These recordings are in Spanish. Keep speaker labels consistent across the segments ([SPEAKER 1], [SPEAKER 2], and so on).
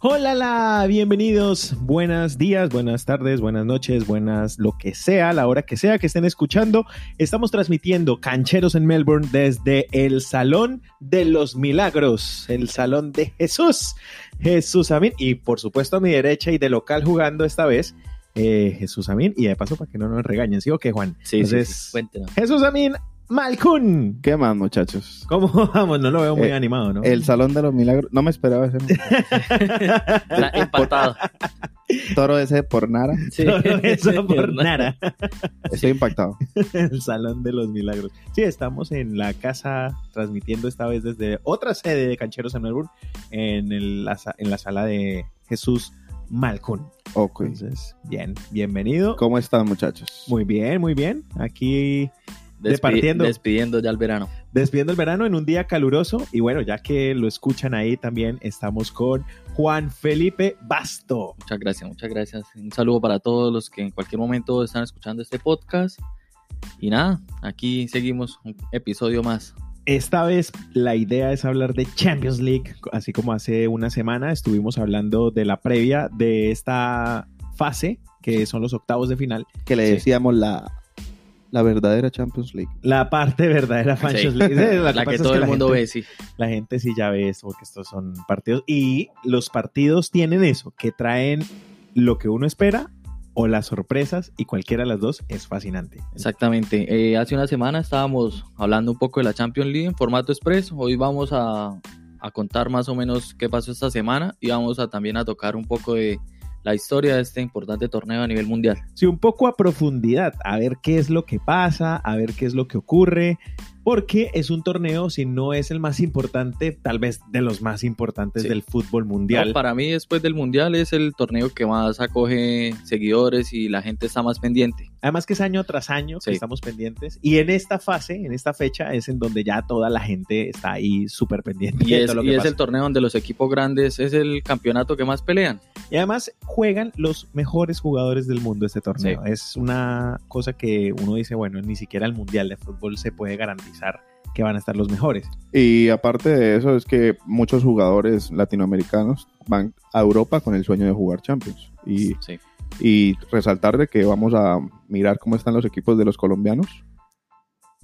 [SPEAKER 1] Hola, la, bienvenidos. Buenos días, buenas tardes, buenas noches, buenas lo que sea, la hora que sea que estén escuchando. Estamos transmitiendo Cancheros en Melbourne desde el Salón de los Milagros, el Salón de Jesús. Jesús Amin y por supuesto a mi derecha y de local jugando esta vez. eh, Jesús Amin, y de paso para que no nos regañen, ¿sí o qué, Juan?
[SPEAKER 2] Sí, sí,
[SPEAKER 1] Entonces,
[SPEAKER 2] sí. Cuéntenos.
[SPEAKER 1] Jesús Amin Malcún.
[SPEAKER 3] ¿Qué más, muchachos?
[SPEAKER 1] ¿Cómo vamos? No lo veo muy
[SPEAKER 3] Eh,
[SPEAKER 1] animado, ¿no?
[SPEAKER 3] El Salón de los Milagros. No me esperaba ese
[SPEAKER 2] Tra- Empatado.
[SPEAKER 3] toro ese por Nara.
[SPEAKER 2] Sí.
[SPEAKER 1] No lo veo por
[SPEAKER 2] Hernán.
[SPEAKER 1] nada.
[SPEAKER 3] Estoy impactado.
[SPEAKER 1] El Salón de los Milagros. Sí, estamos en la casa transmitiendo esta vez desde otra sede de Cancheros en Melbourne, en, el- la, sa- en la sala de Jesús Malcún.
[SPEAKER 3] Ok.
[SPEAKER 1] Entonces, bien, bienvenido.
[SPEAKER 3] ¿Cómo están, muchachos?
[SPEAKER 1] Muy bien, muy bien. Aquí
[SPEAKER 2] Despi-
[SPEAKER 1] Departiendo.
[SPEAKER 2] Despidiendo ya el verano.
[SPEAKER 1] despidiendo el verano en un día caluroso. Y bueno, ya que lo escuchan ahí también, estamos con Juan Felipe Basto.
[SPEAKER 2] Muchas gracias, muchas gracias. Un saludo para todos los que en cualquier momento están escuchando este podcast. Y nada, aquí seguimos un episodio más.
[SPEAKER 1] Esta vez la idea es hablar de Champions League, así como hace una semana estuvimos hablando de la previa de esta fase, que son los octavos de final,
[SPEAKER 3] Que le
[SPEAKER 2] Sí.
[SPEAKER 3] decíamos la, la verdadera Champions League.
[SPEAKER 1] la parte verdadera Champions
[SPEAKER 2] Sí.
[SPEAKER 1] League.
[SPEAKER 2] La,
[SPEAKER 1] eh, pasa
[SPEAKER 2] que
[SPEAKER 1] es
[SPEAKER 2] todo el
[SPEAKER 1] la
[SPEAKER 2] mundo
[SPEAKER 1] gente-
[SPEAKER 2] ve, sí.
[SPEAKER 1] La gente sí ya ve esto, porque estos son partidos. Y los partidos tienen eso, que traen lo que uno espera o las sorpresas, y cualquiera de las dos es fascinante.
[SPEAKER 2] Exactamente. Eh, hace una semana estábamos hablando un poco de la Champions League en formato express. Hoy vamos a, a contar más o menos qué pasó esta semana y vamos a también a tocar un poco de la historia de este importante torneo a nivel mundial.
[SPEAKER 1] sí, un poco a profundidad, a ver qué es lo que pasa, a ver qué es lo que ocurre, porque es un torneo, si no es el más importante, tal vez de los más importantes
[SPEAKER 2] Sí.
[SPEAKER 1] del fútbol
[SPEAKER 2] No,
[SPEAKER 1] mundial.
[SPEAKER 2] para mí, después del Mundial, es el torneo que más acoge seguidores y la gente está más pendiente.
[SPEAKER 1] Además que es año tras año que
[SPEAKER 2] Sí.
[SPEAKER 1] estamos pendientes y en esta fase, en esta fecha, es en donde ya toda la gente está ahí súper pendiente.
[SPEAKER 2] Y
[SPEAKER 1] de
[SPEAKER 2] es,
[SPEAKER 1] todo lo
[SPEAKER 2] y
[SPEAKER 1] que
[SPEAKER 2] es
[SPEAKER 1] pasa.
[SPEAKER 2] el torneo donde los equipos grandes es el campeonato que más pelean.
[SPEAKER 1] Y además juegan los mejores jugadores del mundo este torneo. Es una cosa que uno dice, bueno, ni siquiera el Mundial de Fútbol se puede garantizar que van a estar los mejores.
[SPEAKER 3] Y aparte de eso, es que muchos jugadores latinoamericanos van a Europa con el sueño de jugar Champions. Y,
[SPEAKER 2] Sí.
[SPEAKER 3] y resaltar de que vamos a mirar cómo están los equipos de los colombianos.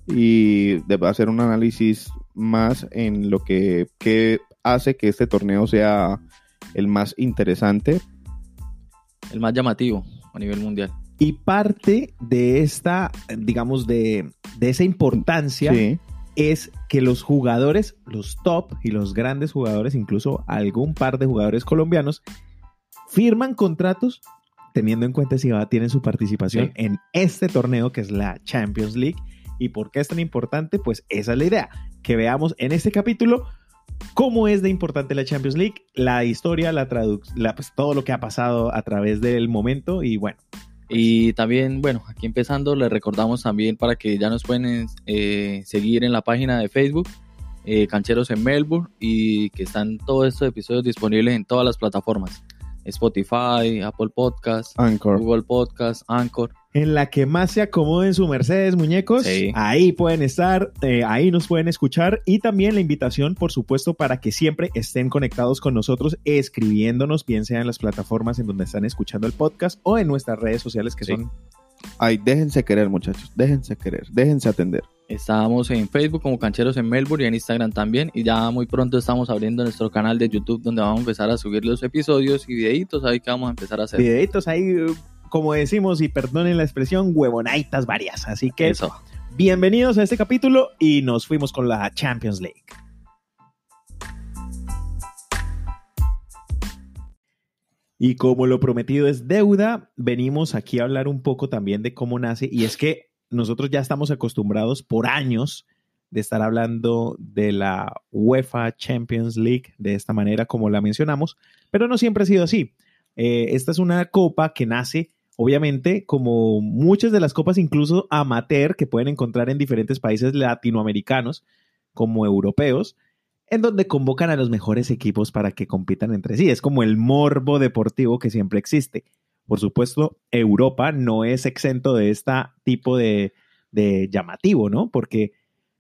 [SPEAKER 3] Y de hacer un análisis más en lo que, que hace que este torneo sea el más interesante
[SPEAKER 2] El más llamativo a nivel mundial.
[SPEAKER 1] Y parte de esta, digamos, de, de esa importancia
[SPEAKER 3] Sí,
[SPEAKER 1] es que los jugadores, los top y los grandes jugadores, incluso algún par de jugadores colombianos, firman contratos teniendo en cuenta si va, tienen su participación
[SPEAKER 2] Sí.
[SPEAKER 1] en este torneo que es la Champions League. ¿Y por qué es tan importante? Pues esa es la idea, que veamos en este capítulo cómo es de importante la Champions League, la historia, la traducción, pues, todo lo que ha pasado a través del momento y bueno.
[SPEAKER 2] Y también, bueno, aquí empezando, les recordamos también para que ya nos pueden eh, seguir en la página de Facebook, eh, Cancheros en Melbourne, y que están todos estos episodios disponibles en todas las plataformas. Spotify, Apple Podcast,
[SPEAKER 3] Anchor.
[SPEAKER 2] Google Podcast, Anchor.
[SPEAKER 1] En la que más se acomoden su Mercedes, muñecos.
[SPEAKER 2] Sí.
[SPEAKER 1] Ahí pueden estar, eh, ahí nos pueden escuchar. Y también la invitación, por supuesto, para que siempre estén conectados con nosotros, escribiéndonos, bien sea en las plataformas en donde están escuchando el podcast o en nuestras redes sociales que
[SPEAKER 2] Sí.
[SPEAKER 1] son.
[SPEAKER 3] Ay, déjense querer, muchachos. Déjense querer. Déjense atender.
[SPEAKER 2] Estábamos en Facebook como Cancheros en Melbourne y en Instagram también. Y ya muy pronto estamos abriendo nuestro canal de YouTube donde vamos a empezar a subir los episodios y videitos ahí que vamos a empezar a hacer.
[SPEAKER 1] Videitos ahí, eh, como decimos, y perdonen la expresión, huevonaitas varias. Así que
[SPEAKER 2] Eso.
[SPEAKER 1] bienvenidos a este capítulo y nos fuimos con la Champions League. Y como lo prometido es deuda, venimos aquí a hablar un poco también de cómo nace. Y es que nosotros ya estamos acostumbrados por años de estar hablando de la UEFA Champions League de esta manera como la mencionamos, pero no siempre ha sido así. Eh, esta es una copa que nace Obviamente, como muchas de las copas, incluso amateur, que pueden encontrar en diferentes países latinoamericanos como europeos, en donde convocan a los mejores equipos para que compitan entre sí. Es como el morbo deportivo que siempre existe. Por supuesto, Europa no es exento de este tipo de, de llamativo, ¿no? Porque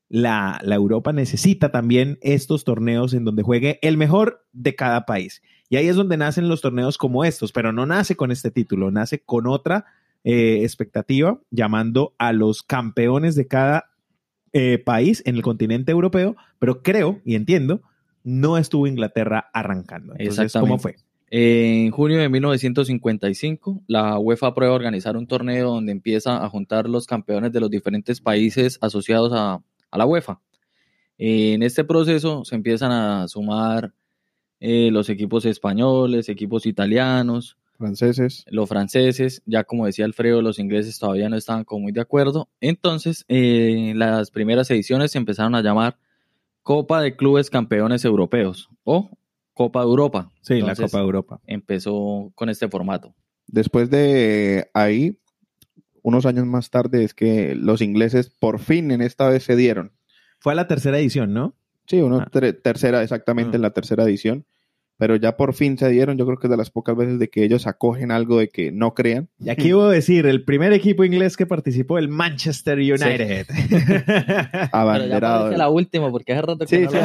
[SPEAKER 1] la, la Europa necesita también estos torneos en donde juegue el mejor de cada país. Y ahí es donde nacen los torneos como estos, pero no nace con este título, nace con otra eh, expectativa, llamando a los campeones de cada eh, país en el continente europeo, pero creo y entiendo, no estuvo Inglaterra arrancando. Entonces, ¿cómo
[SPEAKER 2] Exactamente.
[SPEAKER 1] fue?
[SPEAKER 2] En junio de 1955, la UEFA aprueba organizar un torneo donde empieza a juntar los campeones de los diferentes países asociados a, a la UEFA. En este proceso se empiezan a sumar eh, los equipos españoles, equipos italianos,
[SPEAKER 3] franceses.
[SPEAKER 2] los franceses, ya como decía Alfredo, los ingleses todavía no estaban como muy de acuerdo. Entonces, eh, las primeras ediciones se empezaron a llamar Copa de Clubes Campeones Europeos o Copa de Europa.
[SPEAKER 1] Sí, la
[SPEAKER 2] Entonces,
[SPEAKER 1] Copa de Europa.
[SPEAKER 2] empezó con este formato.
[SPEAKER 3] Después de ahí, unos años más tarde, es que los ingleses por fin en esta vez se dieron.
[SPEAKER 1] Fue a la tercera edición, ¿no?
[SPEAKER 3] Sí, una
[SPEAKER 1] Ah.
[SPEAKER 3] ter- tercera, exactamente en la tercera edición. Pero ya por fin se dieron, yo creo que es de las pocas veces de que ellos acogen algo de que no crean.
[SPEAKER 1] Y aquí debo decir, el primer equipo inglés que participó, el Manchester United.
[SPEAKER 3] Abanderado.
[SPEAKER 2] la última, porque hace rato
[SPEAKER 3] Sí, sí,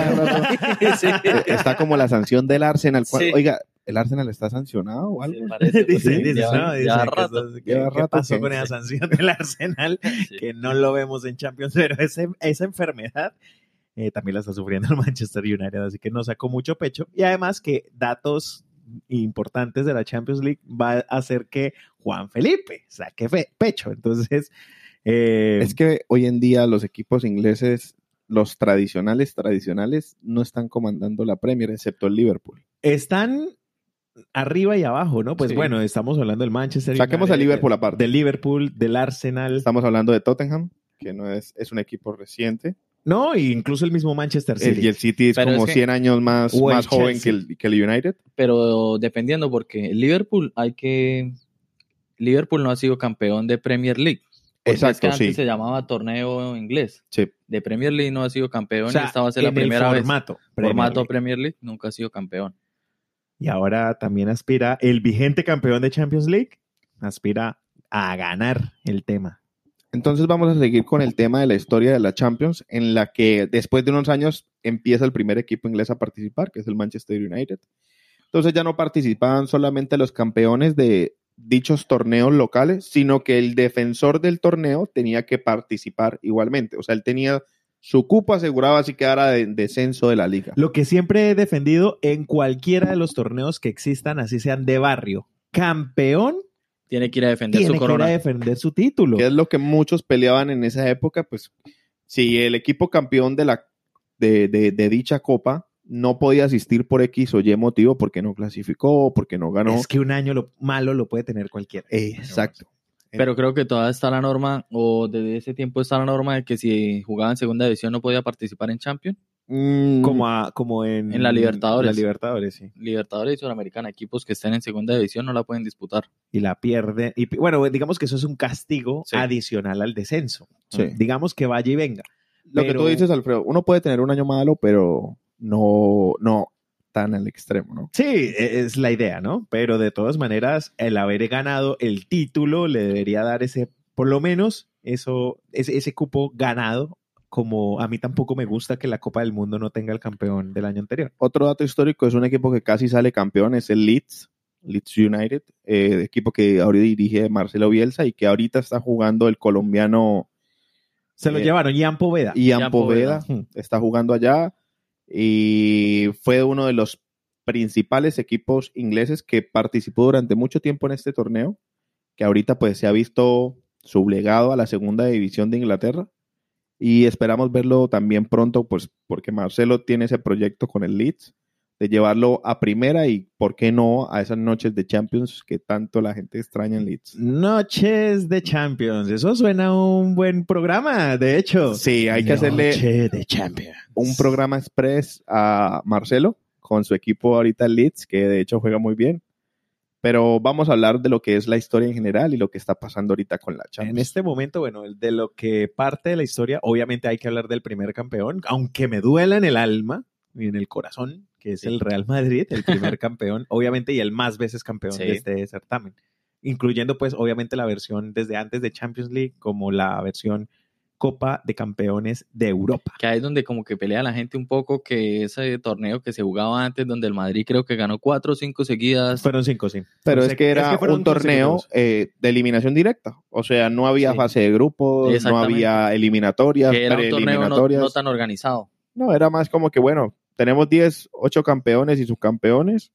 [SPEAKER 3] hace rato. Eh, Está como la sanción del Arsenal. ¿Cuál-
[SPEAKER 2] Sí.
[SPEAKER 3] Oiga, ¿el Arsenal está sancionado o algo?
[SPEAKER 1] Dice, dice, ¿no? Dice que
[SPEAKER 2] rato.
[SPEAKER 1] eso- que-
[SPEAKER 3] Lleva
[SPEAKER 1] ¿qué
[SPEAKER 3] rato
[SPEAKER 1] pasó
[SPEAKER 3] que-
[SPEAKER 1] con esa sanción del Arsenal? Que no lo vemos en Champions, pero ese- esa enfermedad eh, también la está sufriendo el Manchester United, así que no sacó mucho pecho. Y además que datos importantes de la Champions League va a hacer que Juan Felipe saque fe- pecho. Entonces, eh,
[SPEAKER 3] Es que hoy en día los equipos ingleses, los tradicionales, tradicionales, no están comandando la Premier, excepto el Liverpool.
[SPEAKER 1] están arriba y abajo, ¿no? Pues
[SPEAKER 3] Sí.
[SPEAKER 1] bueno, estamos hablando del Manchester
[SPEAKER 3] Saquemos
[SPEAKER 1] United,
[SPEAKER 3] al Liverpool aparte.
[SPEAKER 1] Del Liverpool, del Arsenal.
[SPEAKER 3] Estamos hablando de Tottenham, que no es, es un equipo reciente.
[SPEAKER 1] No, e incluso el mismo Manchester
[SPEAKER 3] El-
[SPEAKER 1] City.
[SPEAKER 3] y el City es
[SPEAKER 2] Pero
[SPEAKER 3] como
[SPEAKER 2] es que-
[SPEAKER 3] 100 años más,
[SPEAKER 1] O el
[SPEAKER 3] más joven que
[SPEAKER 1] Chelsea.
[SPEAKER 3] el, que el United.
[SPEAKER 2] Pero dependiendo, porque el Liverpool hay que... Liverpool no ha sido campeón de Premier League. porque es que
[SPEAKER 3] Exacto,
[SPEAKER 2] antes
[SPEAKER 3] sí.
[SPEAKER 2] se llamaba torneo inglés.
[SPEAKER 3] Sí.
[SPEAKER 2] De Premier League no ha sido campeón.
[SPEAKER 1] O sea,
[SPEAKER 2] Esta va a ser la
[SPEAKER 1] en el
[SPEAKER 2] primera vez.
[SPEAKER 1] formato, Premier
[SPEAKER 2] Formato
[SPEAKER 1] League.
[SPEAKER 2] Premier League nunca ha sido campeón.
[SPEAKER 1] Y ahora también aspira el vigente campeón de Champions League, aspira a ganar el tema.
[SPEAKER 3] Entonces vamos a seguir con el tema de la historia de la Champions, en la que después de unos años empieza el primer equipo inglés a participar, que es el Manchester United. Entonces ya no participaban solamente los campeones de dichos torneos locales, sino que el defensor del torneo tenía que participar igualmente. O sea, él tenía su cupo asegurado, así que era de descenso de la liga.
[SPEAKER 1] Lo que siempre he defendido en cualquiera de los torneos que existan, así sean de barrio, campeón
[SPEAKER 2] Tiene que ir a defender
[SPEAKER 1] tiene
[SPEAKER 2] su
[SPEAKER 1] que ir a
[SPEAKER 2] corona.
[SPEAKER 1] defender su título.
[SPEAKER 3] que es lo que muchos peleaban en esa época, pues si el equipo campeón de la de, de- de dicha copa no podía asistir por X o Y motivo porque no clasificó, porque no ganó.
[SPEAKER 1] Es que un año lo- malo lo puede tener cualquiera.
[SPEAKER 3] Exacto.
[SPEAKER 2] Pero creo que todavía está la norma, o desde ese tiempo está la norma de que si jugaba en segunda división no podía participar en Champions,
[SPEAKER 3] Mm,
[SPEAKER 1] Como, a- como en,
[SPEAKER 2] En la Libertadores.
[SPEAKER 1] la Libertadores, sí.
[SPEAKER 2] Libertadores y Sudamericana, equipos que estén en segunda división no la pueden disputar.
[SPEAKER 1] Y la pierde. Y pi- bueno, digamos que eso es un castigo
[SPEAKER 2] Sí.
[SPEAKER 1] adicional al descenso.
[SPEAKER 3] Sí.
[SPEAKER 1] Digamos que vaya y venga.
[SPEAKER 3] lo que
[SPEAKER 1] pero-
[SPEAKER 3] tú dices, Alfredo, uno puede tener un año malo, pero no, no tan al extremo, ¿no?
[SPEAKER 1] Sí, e- es la idea, ¿no? Pero de todas maneras, el haber ganado el título le debería dar ese, por lo menos, eso, ese, ese cupo ganado. Como a mí tampoco me gusta que la Copa del Mundo no tenga el campeón del año anterior.
[SPEAKER 3] Otro dato histórico es un equipo que casi sale campeón, es el Leeds, Leeds United, eh, equipo que ahorita dirige Marcelo Bielsa y que ahorita está jugando el colombiano
[SPEAKER 1] Se lo
[SPEAKER 3] Eh,
[SPEAKER 1] llevaron Ian Poveda.
[SPEAKER 3] Ian
[SPEAKER 2] Ian
[SPEAKER 3] Poveda.
[SPEAKER 2] Poveda.
[SPEAKER 1] Hmm.
[SPEAKER 3] está jugando allá y fue uno de los principales equipos ingleses que participó durante mucho tiempo en este torneo, que ahorita pues se ha visto sublegado a la segunda división de Inglaterra y esperamos verlo también pronto pues porque Marcelo tiene ese proyecto con el Leeds de llevarlo a primera y por qué no a esas noches de Champions que tanto la gente extraña en Leeds.
[SPEAKER 1] Noches de Champions. Eso suena a un buen programa, de hecho.
[SPEAKER 3] Sí, hay que hacerle
[SPEAKER 1] Noche de Champions.
[SPEAKER 3] un programa express a Marcelo con su equipo ahorita en Leeds, que de hecho juega muy bien. Pero vamos a hablar de lo que es la historia en general y lo que está pasando ahorita con la
[SPEAKER 1] En
[SPEAKER 3] Champions.
[SPEAKER 1] este momento, bueno, de lo que parte de la historia, obviamente hay que hablar del primer campeón, aunque me duela en el alma y en el corazón, que es
[SPEAKER 2] Sí.
[SPEAKER 1] el Real Madrid, el primer campeón, obviamente, y el más veces campeón
[SPEAKER 2] Sí.
[SPEAKER 1] de este certamen, incluyendo pues obviamente la versión desde antes de Champions League como la versión Copa de Campeones de Europa.
[SPEAKER 2] Que ahí es donde como que pelea la gente un poco que ese torneo que se jugaba antes, donde el Madrid creo que ganó cuatro o cinco seguidas.
[SPEAKER 1] Fueron cinco, sí.
[SPEAKER 3] Pues, Pero
[SPEAKER 1] O
[SPEAKER 3] es
[SPEAKER 1] sea,
[SPEAKER 3] que era
[SPEAKER 1] fueron
[SPEAKER 3] un torneo
[SPEAKER 1] consecutivos.
[SPEAKER 3] eh, de eliminación directa. O sea, no había
[SPEAKER 2] Sí.
[SPEAKER 3] fase de grupos, no
[SPEAKER 2] Exactamente.
[SPEAKER 3] había eliminatorias,
[SPEAKER 2] que era un torneo no,
[SPEAKER 3] preeliminatorias.
[SPEAKER 2] no tan organizado.
[SPEAKER 3] no, era más como que, bueno, tenemos 10, 8 campeones y subcampeones.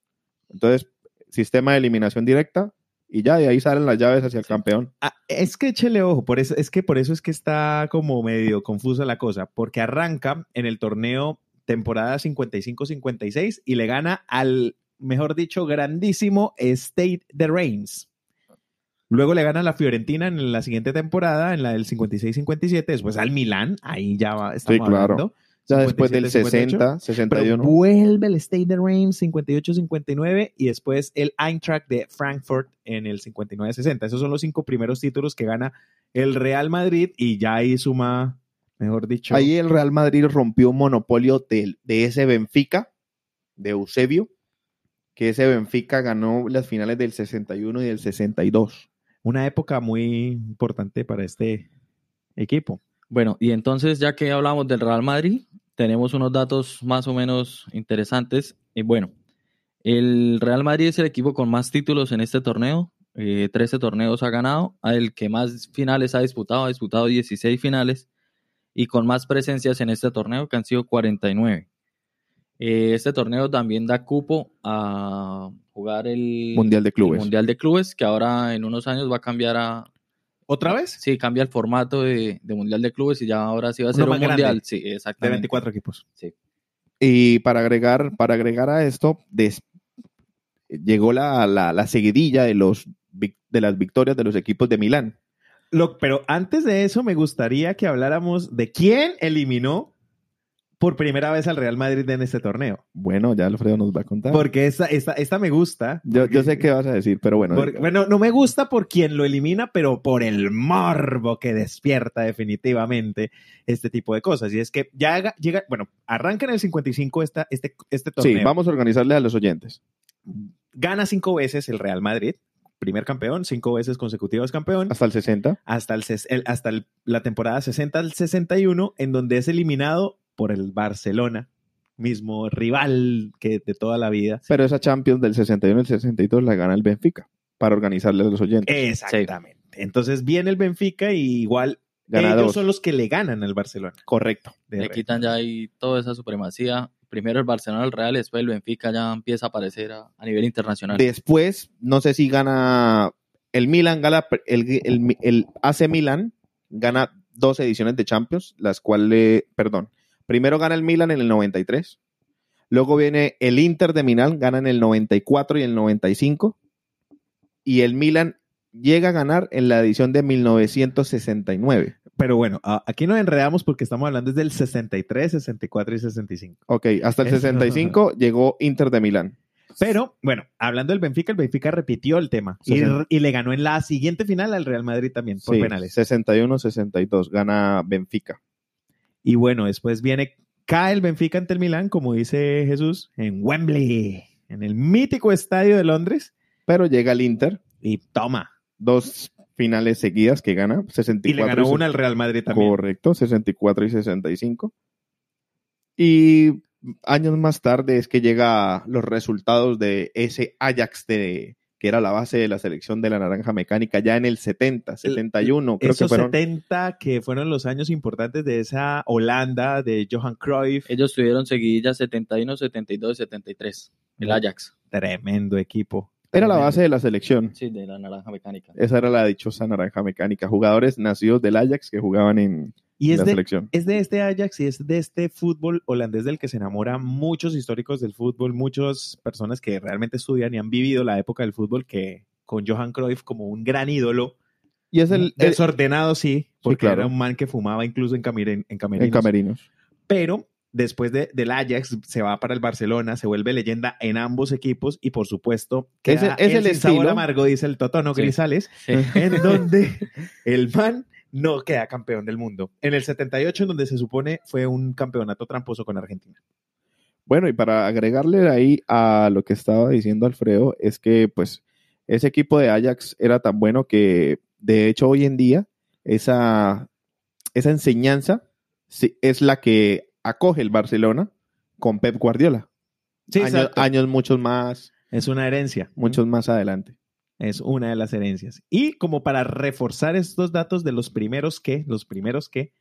[SPEAKER 3] Entonces, sistema de eliminación directa. Y ya de ahí salen las llaves hacia el campeón.
[SPEAKER 1] Ah, es que échele ojo, por eso, es que por eso es que está como medio confusa la cosa, porque arranca en el torneo temporada 55-56 y le gana al, mejor dicho, grandísimo State de Reims. Luego le gana a la Fiorentina en la siguiente temporada, en la del 56-57, después al Milán, ahí ya va, estamos
[SPEAKER 3] claro.
[SPEAKER 1] hablando.
[SPEAKER 3] Ya después del
[SPEAKER 1] 57-58.
[SPEAKER 3] 60,
[SPEAKER 1] Pero
[SPEAKER 3] 61.
[SPEAKER 1] vuelve el State de Reims 58-59 y después el Eintracht de Frankfurt en el 59-60. Esos son los cinco primeros títulos que gana el Real Madrid y ya ahí suma, mejor dicho,
[SPEAKER 3] Ahí el Real Madrid rompió un monopolio del- de, ese Benfica, de Eusebio, que ese Benfica ganó las finales del 61 y del 62.
[SPEAKER 1] una época muy importante para este equipo.
[SPEAKER 2] Bueno, y entonces ya que hablamos del Real Madrid, tenemos unos datos más o menos interesantes. Y bueno, el Real Madrid es el equipo con más títulos en este torneo. eh, 13 torneos ha ganado, el que más finales ha disputado, ha disputado 16 finales y con más presencias en este torneo, que han sido 49. Eh, este torneo también da cupo a jugar el
[SPEAKER 3] Mundial de
[SPEAKER 2] el
[SPEAKER 3] clubes.
[SPEAKER 2] Mundial de Clubes, que ahora en unos años va a cambiar a,
[SPEAKER 1] ¿Otra vez?
[SPEAKER 2] Sí, cambia el formato de, de Mundial de Clubes y ya ahora sí va a
[SPEAKER 1] Uno
[SPEAKER 2] ser un
[SPEAKER 1] más
[SPEAKER 2] Mundial.
[SPEAKER 1] grande.
[SPEAKER 2] Sí,
[SPEAKER 1] De
[SPEAKER 2] exactamente.
[SPEAKER 1] 24 equipos.
[SPEAKER 3] Y para agregar, para agregar a esto, des- llegó la, la- la seguidilla de, los, vic- de las victorias de los equipos de Milán.
[SPEAKER 1] Lo- pero antes de eso me gustaría que habláramos de quién eliminó por primera vez al Real Madrid en este torneo.
[SPEAKER 3] Bueno, ya Alfredo nos va a contar.
[SPEAKER 1] Porque esta, esta, esta me gusta.
[SPEAKER 3] yo, yo sé qué vas a decir, pero bueno.
[SPEAKER 1] Por- bueno, no me gusta por quien lo elimina, pero por el morbo que despierta definitivamente este tipo de cosas. Y es que ya haga- llega, bueno, arranca en el 55 esta, este, este
[SPEAKER 3] sí,
[SPEAKER 1] torneo.
[SPEAKER 3] vamos a organizarle a los oyentes.
[SPEAKER 1] Gana cinco veces el Real Madrid, primer campeón, cinco veces consecutivos campeón,
[SPEAKER 3] Hasta el 60.
[SPEAKER 1] hasta, el, ses- el- hasta el- la temporada 60 al 61, en donde es eliminado por el Barcelona, mismo rival que de toda la vida.
[SPEAKER 3] Pero esa Champions del 61 y el 62 la gana el Benfica, para organizarle a los oyentes.
[SPEAKER 1] Exactamente. Entonces viene el Benfica y igual
[SPEAKER 3] Gana
[SPEAKER 1] ellos
[SPEAKER 3] dos.
[SPEAKER 1] son los que le ganan al Barcelona.
[SPEAKER 3] Correcto.
[SPEAKER 1] de
[SPEAKER 2] Le
[SPEAKER 1] rey.
[SPEAKER 2] quitan ya ahí toda esa supremacía. Primero el Barcelona, el Real, y después el Benfica ya empieza a aparecer a, a nivel
[SPEAKER 1] Ah.
[SPEAKER 2] internacional.
[SPEAKER 3] Después, no sé si gana el Milan, gana el, el, el AC Milan gana dos ediciones de Champions, las cuales, perdón, primero gana el Milan en el 93, luego viene el Inter de Milán, gana en el 94 y el 95, y el Milan llega a ganar en la edición de 1969.
[SPEAKER 1] Pero bueno, a- aquí nos enredamos porque estamos hablando desde el 63, 64 y 65.
[SPEAKER 3] Ok, hasta el
[SPEAKER 1] Eso.
[SPEAKER 3] 65 llegó Inter de Milán.
[SPEAKER 1] Pero bueno, hablando del Benfica, el Benfica repitió el tema y,
[SPEAKER 3] Sesenta.
[SPEAKER 1] y le ganó en la siguiente final al Real Madrid también por
[SPEAKER 3] Sí,
[SPEAKER 1] penales.
[SPEAKER 3] 61-62, gana Benfica.
[SPEAKER 1] Y bueno, después viene, cae el Benfica ante el Milán, como dice Jesús, en Wembley, en el mítico estadio de Londres.
[SPEAKER 3] Pero llega el Inter,
[SPEAKER 1] Y toma.
[SPEAKER 3] dos finales seguidas que gana, 64
[SPEAKER 1] Y le ganó
[SPEAKER 3] y
[SPEAKER 1] una al Real Madrid también.
[SPEAKER 3] Correcto, 64 y 65. Y años más tarde es que llega los resultados de ese Ajax de que era la base de la selección de la naranja mecánica ya en el 70, 71, creo que
[SPEAKER 1] Esos
[SPEAKER 3] fueron.
[SPEAKER 1] 70 que fueron los años importantes de esa Holanda, de Johan Cruyff.
[SPEAKER 2] Ellos tuvieron seguidillas 71, 72 y 73. El Ajax.
[SPEAKER 1] Tremendo equipo.
[SPEAKER 3] Era la
[SPEAKER 1] Tremendo.
[SPEAKER 3] base de la selección.
[SPEAKER 2] Sí, de la naranja mecánica.
[SPEAKER 3] Esa era la dichosa naranja mecánica, jugadores nacidos del Ajax que jugaban en
[SPEAKER 1] Y es
[SPEAKER 3] la
[SPEAKER 1] de,
[SPEAKER 3] selección.
[SPEAKER 1] es de este Ajax y es de este fútbol holandés del que se enamoran muchos históricos del fútbol, muchas personas que realmente estudian y han vivido la época del fútbol que con Johan Cruyff como un gran ídolo.
[SPEAKER 3] Y es el, el-
[SPEAKER 1] desordenado, sí, porque
[SPEAKER 3] claro.
[SPEAKER 1] era un man que fumaba incluso en, camire- en camerinos.
[SPEAKER 3] en Camerinos.
[SPEAKER 1] Pero después de- del Ajax se va para el Barcelona, se vuelve leyenda en ambos equipos y por supuesto que
[SPEAKER 3] Es el- es el
[SPEAKER 1] sabor
[SPEAKER 3] estilo.
[SPEAKER 1] amargo, dice el Totono
[SPEAKER 2] Sí.
[SPEAKER 1] Grisales,
[SPEAKER 2] Sí.
[SPEAKER 1] en donde el man no queda campeón del mundo. En el 78, en donde se supone fue un campeonato tramposo con Argentina.
[SPEAKER 3] Bueno, y para agregarle ahí a lo que estaba diciendo Alfredo, es que pues ese equipo de Ajax era tan bueno que de hecho hoy en día esa, esa enseñanza sí, es la que acoge el Barcelona con Pep Guardiola.
[SPEAKER 1] Sí,
[SPEAKER 3] años,
[SPEAKER 1] exacto.
[SPEAKER 3] años muchos más,
[SPEAKER 1] es una herencia.
[SPEAKER 3] muchos más adelante.
[SPEAKER 1] Es una de las herencias. Y como para reforzar estos datos de los primeros que, los primeros que,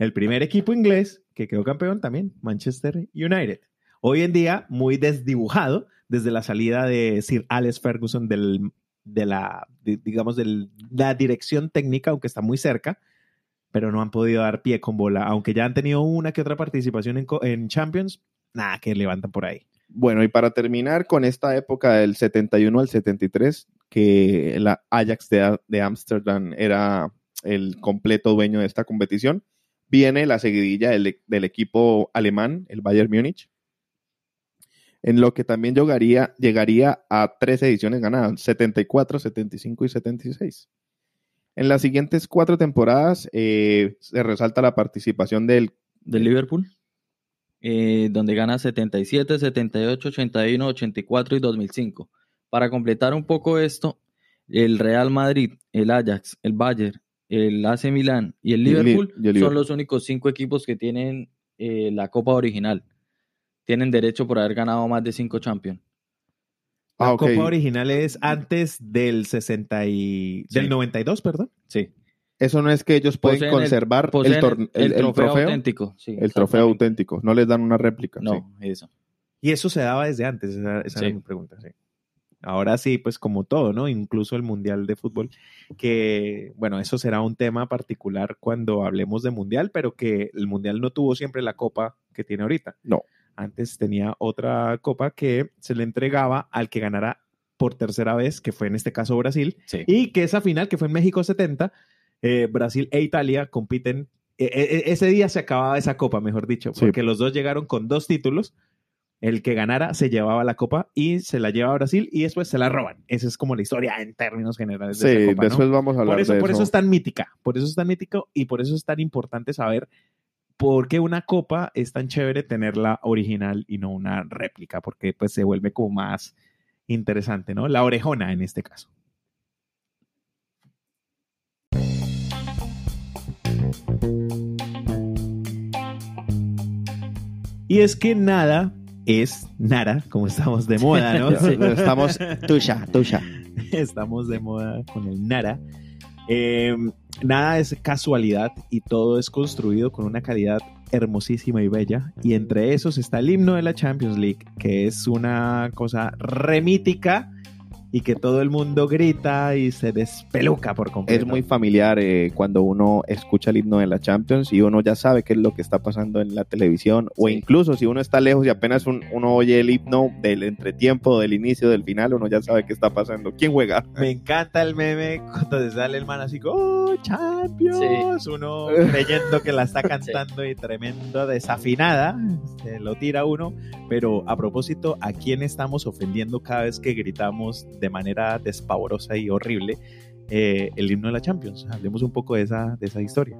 [SPEAKER 1] el primer equipo inglés que quedó campeón también, Manchester United. Hoy en día muy desdibujado desde la salida de Sir Alex Ferguson del, de la, de- digamos, de la dirección técnica, aunque está muy cerca, pero no han podido dar pie con bola, aunque ya han tenido una que otra participación en, co- en Champions, nada que levantan por ahí.
[SPEAKER 3] Bueno, y para terminar con esta época del 71 al 73, que la Ajax de de Ámsterdam era el completo dueño de esta competición, viene la seguidilla del, e-, del equipo alemán, el Bayern Múnich, en lo que también llegaría, llegaría a tres ediciones ganadas, 74, 75 y 76. En las siguientes cuatro temporadas eh, se resalta la participación del
[SPEAKER 2] de Liverpool, eh, donde gana 77, 78, 81, 84 y 2005. Para completar un poco esto, el Real Madrid, el Ajax, el Bayern, el AC Milán y el
[SPEAKER 3] Y el Li-
[SPEAKER 2] Liverpool
[SPEAKER 3] y el Liverpool.
[SPEAKER 2] son los únicos cinco equipos que tienen eh, la Copa original. Tienen derecho por haber ganado más de cinco Champions.
[SPEAKER 1] La
[SPEAKER 3] Ah, ok.
[SPEAKER 1] Copa original es antes del 60 y,
[SPEAKER 2] Sí.
[SPEAKER 1] del 92, perdón.
[SPEAKER 2] Sí.
[SPEAKER 3] Eso no es que ellos pueden
[SPEAKER 2] Poseen el-
[SPEAKER 3] conservar el,
[SPEAKER 2] Poseen
[SPEAKER 3] torne- el- el
[SPEAKER 2] trofeo,
[SPEAKER 3] trofeo,
[SPEAKER 2] auténtico. sí,
[SPEAKER 3] el trofeo
[SPEAKER 2] exactamente.
[SPEAKER 3] auténtico. No les dan una réplica. sí.
[SPEAKER 2] No, eso.
[SPEAKER 1] Y eso se daba desde antes, esa, esa
[SPEAKER 2] Sí.
[SPEAKER 1] era mi pregunta. sí. Ahora sí, pues como todo, ¿no? Incluso el Mundial de Fútbol, que bueno, eso será un tema particular cuando hablemos de Mundial, pero que el Mundial no tuvo siempre la copa que tiene ahorita.
[SPEAKER 3] No.
[SPEAKER 1] Antes tenía otra copa que se le entregaba al que ganara por tercera vez, que fue en este caso Brasil,
[SPEAKER 2] Sí.
[SPEAKER 1] y que esa final, que fue en México 70, eh, Brasil e Italia compiten. e- e- e- ese día se acababa esa copa, mejor dicho,
[SPEAKER 3] Sí.
[SPEAKER 1] porque los dos llegaron con dos títulos. El que ganara se llevaba la copa y se la lleva a Brasil y después se la roban. Esa es como la historia en términos generales de
[SPEAKER 3] Sí,
[SPEAKER 1] esa copa, ¿no?
[SPEAKER 3] después vamos a hablar
[SPEAKER 1] Por eso,
[SPEAKER 3] de
[SPEAKER 1] por eso
[SPEAKER 3] eso.
[SPEAKER 1] es tan mítica, por eso es tan mítico y por eso es tan importante saber por qué una copa es tan chévere tenerla original y no una réplica, porque pues se vuelve como más interesante, ¿no? La orejona en este caso. Y es que nada es nada, como estamos de moda, ¿no?
[SPEAKER 2] Sí.
[SPEAKER 3] Estamos tuya, tuya.
[SPEAKER 1] estamos de moda con el Nara. Eh, nada es casualidad y todo es construido con una calidad hermosísima y bella. Y entre esos está el himno de la Champions League, que es una cosa remítica y que todo el mundo grita y se despeluca por completo.
[SPEAKER 3] Es muy familiar eh, cuando uno escucha el himno de la Champions y uno ya sabe qué es lo que está pasando en la televisión o
[SPEAKER 2] Sí.
[SPEAKER 3] incluso si uno está lejos y apenas un- uno oye el himno del entretiempo, del inicio, del final, uno ya sabe qué está pasando. ¿Quién juega?
[SPEAKER 1] Me encanta el meme cuando te sale el man así, ¡Oh, Champions! Uno creyendo que la está cantando y tremendo desafinada, se lo tira uno. Pero a propósito, ¿a quién estamos ofendiendo cada vez que gritamos de manera despavorosa y horrible eh, el himno de la Champions? Hablemos un poco de esa, de esa historia.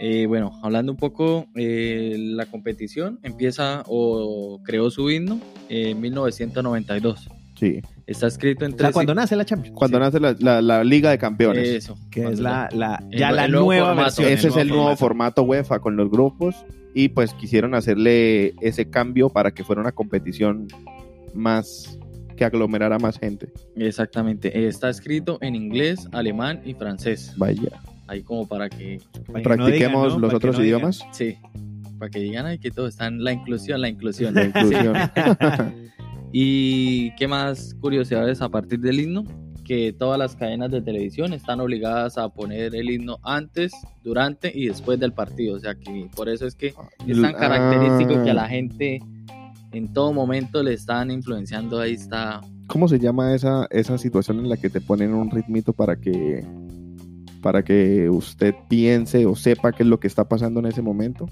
[SPEAKER 2] Eh, bueno, hablando un poco, eh, la competición empieza o creó su himno en 1992.
[SPEAKER 3] Sí.
[SPEAKER 2] Está escrito en
[SPEAKER 1] O sea,
[SPEAKER 2] tres.
[SPEAKER 1] cuando nace la Champions.
[SPEAKER 3] Cuando
[SPEAKER 1] Sí.
[SPEAKER 3] nace la, la- la Liga de Campeones.
[SPEAKER 2] Eso.
[SPEAKER 1] Que es
[SPEAKER 2] cuando
[SPEAKER 1] la, la-
[SPEAKER 2] el
[SPEAKER 1] ya
[SPEAKER 2] nue-
[SPEAKER 1] la
[SPEAKER 2] el nuevo
[SPEAKER 1] nueva
[SPEAKER 2] formato.
[SPEAKER 1] versión.
[SPEAKER 3] Ese es el nuevo
[SPEAKER 1] formato.
[SPEAKER 3] formato UEFA con los grupos y pues quisieron hacerle ese cambio para que fuera una competición más que aglomerara más gente.
[SPEAKER 2] Exactamente. Está escrito en inglés, alemán y francés.
[SPEAKER 3] Vaya.
[SPEAKER 2] Ahí como para que.
[SPEAKER 1] Para que no
[SPEAKER 3] Practiquemos
[SPEAKER 1] digan, ¿no?
[SPEAKER 3] los
[SPEAKER 1] Para que
[SPEAKER 3] otros
[SPEAKER 1] no digan.
[SPEAKER 3] idiomas.
[SPEAKER 2] Sí. Para que digan ahí que todo está en la inclusión, la inclusión.
[SPEAKER 3] La inclusión.
[SPEAKER 2] Y qué más curiosidades a partir del himno, que todas las cadenas de televisión están obligadas a poner el himno antes, durante y después del partido. O sea que por eso es que es tan
[SPEAKER 3] Ah,
[SPEAKER 2] característico que a la gente en todo momento le están influenciando. Ahí está.
[SPEAKER 3] ¿Cómo se llama esa, esa situación en la que te ponen un ritmito para que para que usted piense o sepa qué es lo que está pasando en ese momento?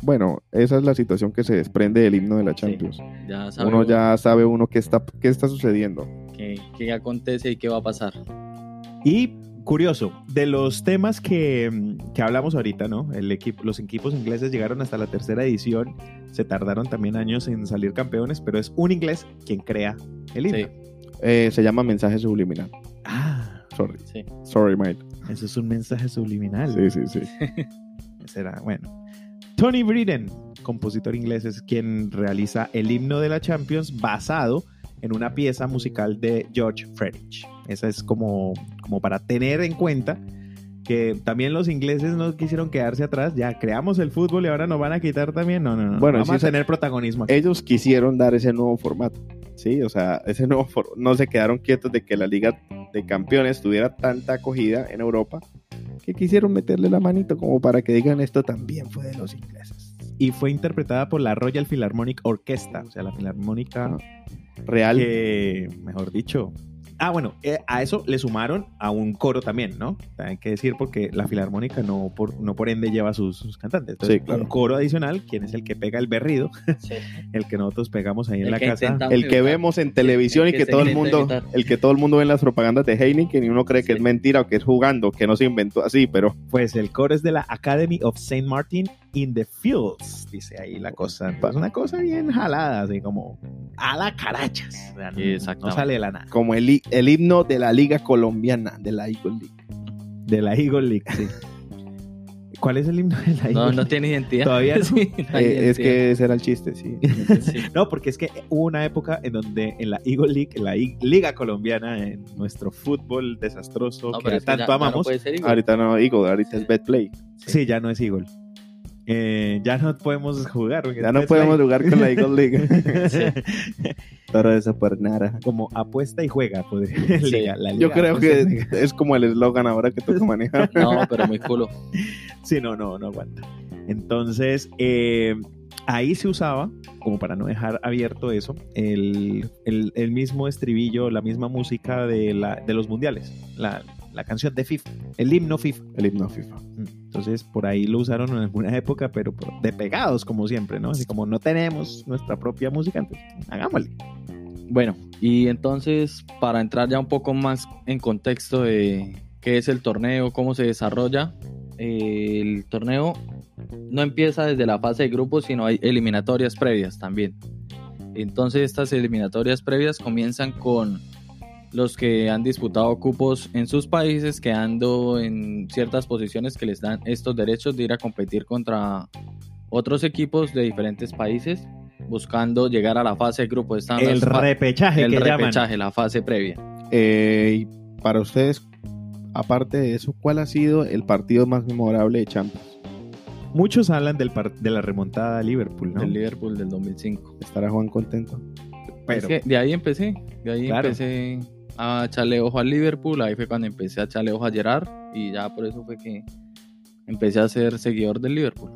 [SPEAKER 3] Bueno, esa es la situación que se desprende del himno de la Champions.
[SPEAKER 2] Ya sabe
[SPEAKER 3] Uno ya sabe uno qué está qué está sucediendo.
[SPEAKER 2] qué, qué acontece y qué va a pasar.
[SPEAKER 1] Y curioso, de los temas que, mm, que hablamos ahorita, ¿no? El equipo, los equipos ingleses llegaron hasta la tercera edición, se tardaron también años en salir campeones, pero es un inglés quien crea el himno.
[SPEAKER 2] Sí,
[SPEAKER 3] Eh, se llama mensaje subliminal.
[SPEAKER 1] Ah,
[SPEAKER 3] Sorry.
[SPEAKER 2] sí.
[SPEAKER 3] Sorry, Mike.
[SPEAKER 1] eso es un mensaje subliminal.
[SPEAKER 3] Sí, sí, sí.
[SPEAKER 1] será, bueno. Tony Briden, compositor inglés, es quien realiza el himno de la Champions basado en una pieza musical de George Frederick. Esa es como, como para tener en cuenta que también los ingleses no quisieron quedarse atrás. Ya creamos el fútbol y ahora nos van a quitar también. No, no, no.
[SPEAKER 3] Bueno,
[SPEAKER 1] vamos
[SPEAKER 3] sí,
[SPEAKER 1] a tener protagonismo. aquí.
[SPEAKER 3] Ellos quisieron dar ese nuevo formato, ¿sí? O sea, ese nuevo formato. No se quedaron quietos de que la Liga de Campeones tuviera tanta acogida en Europa que quisieron meterle la manito como para que digan esto también fue de los ingleses.
[SPEAKER 1] Y fue interpretada por la Royal Philharmonic Orchestra, o sea, la Filarmónica
[SPEAKER 3] Real.
[SPEAKER 1] que, mejor dicho. Ah, bueno, eh, a eso le sumaron a un coro también, ¿no? Hay que decir porque la filarmónica no por, no por ende lleva sus, sus cantantes. Entonces,
[SPEAKER 3] Sí, claro.
[SPEAKER 1] un coro adicional, quien es el que pega el berrido, el que nosotros pegamos ahí en
[SPEAKER 2] El
[SPEAKER 1] la
[SPEAKER 2] que
[SPEAKER 1] casa.
[SPEAKER 2] intentamos
[SPEAKER 3] el que
[SPEAKER 2] evitar.
[SPEAKER 3] vemos en
[SPEAKER 2] el
[SPEAKER 3] televisión y
[SPEAKER 2] que
[SPEAKER 3] que
[SPEAKER 2] se
[SPEAKER 3] todo el
[SPEAKER 2] intenta
[SPEAKER 3] mundo,
[SPEAKER 2] evitar.
[SPEAKER 3] el que todo el mundo ve en las propagandas de Heineken y uno cree
[SPEAKER 2] Sí.
[SPEAKER 3] que es mentira o que es jugando, que no se inventó así, pero
[SPEAKER 1] Pues el coro es de la Academy of St. Martin in the Fields, dice ahí la cosa. Es una cosa bien jalada, así como a la carachas. O sea, no- No
[SPEAKER 2] Exactamente.
[SPEAKER 1] sale de la nada.
[SPEAKER 3] como el, hi- el himno de la liga colombiana, de la Eagle League.
[SPEAKER 1] De la Eagle League, sí. ¿Cuál es el himno de la Eagle
[SPEAKER 2] No, no
[SPEAKER 1] League?
[SPEAKER 2] tiene identidad.
[SPEAKER 1] Todavía no.
[SPEAKER 2] Sí, no hay
[SPEAKER 3] Eh, es
[SPEAKER 2] identidad.
[SPEAKER 3] que ese era el chiste, sí.
[SPEAKER 2] Sí.
[SPEAKER 1] No, porque es que hubo una época en donde en la Eagle League, en la I- Liga Colombiana, en nuestro fútbol desastroso
[SPEAKER 2] No,
[SPEAKER 1] que
[SPEAKER 2] pero es que
[SPEAKER 1] tanto
[SPEAKER 2] ya- ya no
[SPEAKER 1] amamos,
[SPEAKER 2] puede ser igual.
[SPEAKER 3] ahorita no Eagle, ahorita es Betplay.
[SPEAKER 1] sí, ya no es Eagle. Eh, ya no podemos jugar. porque
[SPEAKER 3] Ya no
[SPEAKER 1] es la
[SPEAKER 3] podemos jugar con la Eagle League.
[SPEAKER 1] Sí.
[SPEAKER 3] Toro de Sapernara.
[SPEAKER 1] Como apuesta y juega. podría- Liga, la
[SPEAKER 3] Yo
[SPEAKER 1] Liga
[SPEAKER 3] creo
[SPEAKER 1] Apuesta y
[SPEAKER 3] que es como el eslogan ahora que toca manejar.
[SPEAKER 2] No, pero muy culo.
[SPEAKER 1] Sí, no, no, no aguanta. Entonces, eh, ahí se usaba, como para no dejar abierto eso, el, el- el mismo estribillo, la misma música de, la, de los mundiales, la, la canción de FIFA, el himno FIFA.
[SPEAKER 3] El himno FIFA.
[SPEAKER 1] Entonces, por ahí lo usaron en alguna época, pero por- de pegados, como siempre, ¿no? Así como no tenemos nuestra propia música, entonces, hagámosle.
[SPEAKER 2] Bueno, y entonces, para entrar ya un poco más en contexto de qué es el torneo, cómo se desarrolla, eh, el torneo no empieza desde la fase de grupos, sino hay eliminatorias previas también. Entonces, estas eliminatorias previas comienzan con los que han disputado cupos en sus países, quedando en ciertas posiciones que les dan estos derechos de ir a competir contra otros equipos de diferentes países, buscando llegar a la fase de grupos. Están
[SPEAKER 1] El
[SPEAKER 2] las fa-
[SPEAKER 1] repechaje
[SPEAKER 2] el
[SPEAKER 1] que
[SPEAKER 2] repechaje, la fase previa.
[SPEAKER 3] Eh, y para ustedes, aparte de eso, ¿cuál ha sido el partido más memorable de Champions?
[SPEAKER 1] llaman. Muchos hablan del par- de la remontada a Liverpool, ¿no?
[SPEAKER 2] del Liverpool del 2005.
[SPEAKER 3] ¿Estará Juan contento?
[SPEAKER 1] Pero-
[SPEAKER 2] Es que de ahí empecé, de ahí
[SPEAKER 1] Claro.
[SPEAKER 2] empecé a echarle ojo al Liverpool, ahí fue cuando empecé a echarle ojo a Gerard y ya por eso fue que empecé a ser seguidor del Liverpool.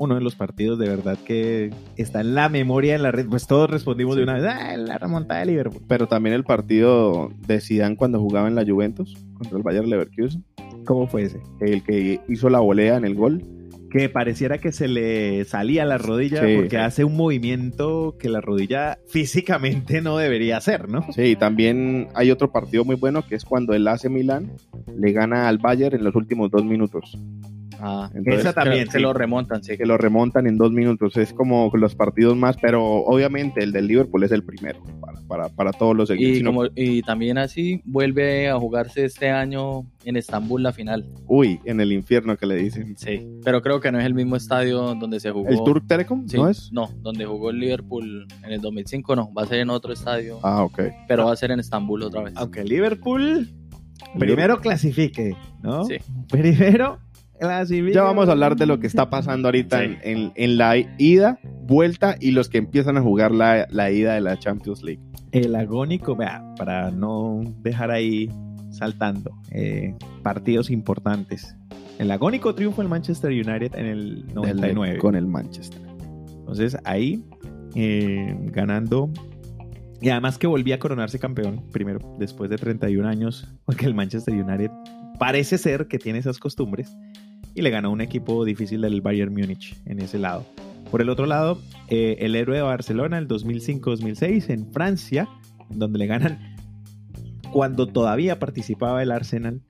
[SPEAKER 1] uno de los partidos de verdad que está en la memoria en la red. Pues todos respondimos de una vez, "Ah, la remontada de Liverpool.
[SPEAKER 3] Pero también el partido de Zidane cuando jugaba en la Juventus contra el Bayern Leverkusen,
[SPEAKER 1] ¿Cómo fue ese?
[SPEAKER 3] el que hizo la volea en el gol.
[SPEAKER 1] Que pareciera que se le salía la rodilla
[SPEAKER 3] Sí.
[SPEAKER 1] porque hace un movimiento que la rodilla físicamente no debería hacer, ¿no?
[SPEAKER 3] Sí, y también hay otro partido muy bueno que es cuando el AC Milán le gana al Bayern en los últimos dos minutos.
[SPEAKER 2] Ah,
[SPEAKER 3] Entonces,
[SPEAKER 1] Esa también,
[SPEAKER 2] que, que
[SPEAKER 1] sí.
[SPEAKER 2] lo remontan, sí.
[SPEAKER 3] que lo remontan en dos minutos. Es como los partidos más, pero obviamente el del Liverpool es el primero para, para, para todos los equipos.
[SPEAKER 2] Y,
[SPEAKER 3] sino-
[SPEAKER 2] como, y también así vuelve a jugarse este año en Estambul la final.
[SPEAKER 3] Uy, en el infierno que le dicen.
[SPEAKER 2] Sí. Pero creo que no es el mismo estadio donde se jugó.
[SPEAKER 3] ¿El Turk Telecom?
[SPEAKER 2] Sí,
[SPEAKER 3] ¿No es?
[SPEAKER 2] donde jugó el Liverpool en el 2005 no, va a ser en otro estadio,
[SPEAKER 3] Ah, ok.
[SPEAKER 2] pero va a ser en Estambul otra vez.
[SPEAKER 1] Aunque Liverpool primero clasifique, ¿no?
[SPEAKER 2] Sí.
[SPEAKER 1] Primero clasifique.
[SPEAKER 3] Ya vamos a hablar de lo que está pasando ahorita
[SPEAKER 1] Sí.
[SPEAKER 3] en, en- en la ida, vuelta y los que empiezan a jugar la, la ida de la Champions League.
[SPEAKER 1] El agónico, vea, para no dejar ahí saltando eh, partidos importantes. El agónico triunfo del Manchester United en el 99.
[SPEAKER 3] Con el Manchester.
[SPEAKER 1] Entonces ahí eh, ganando. Y además que volví a coronarse campeón primero, después de 31 años, porque el Manchester United parece ser que tiene esas costumbres y le ganó a un equipo difícil del Bayern Múnich en ese lado. Por el otro lado, eh, el héroe de Barcelona, el 2005-2006, en Francia, donde le ganan cuando todavía participaba el Arsenal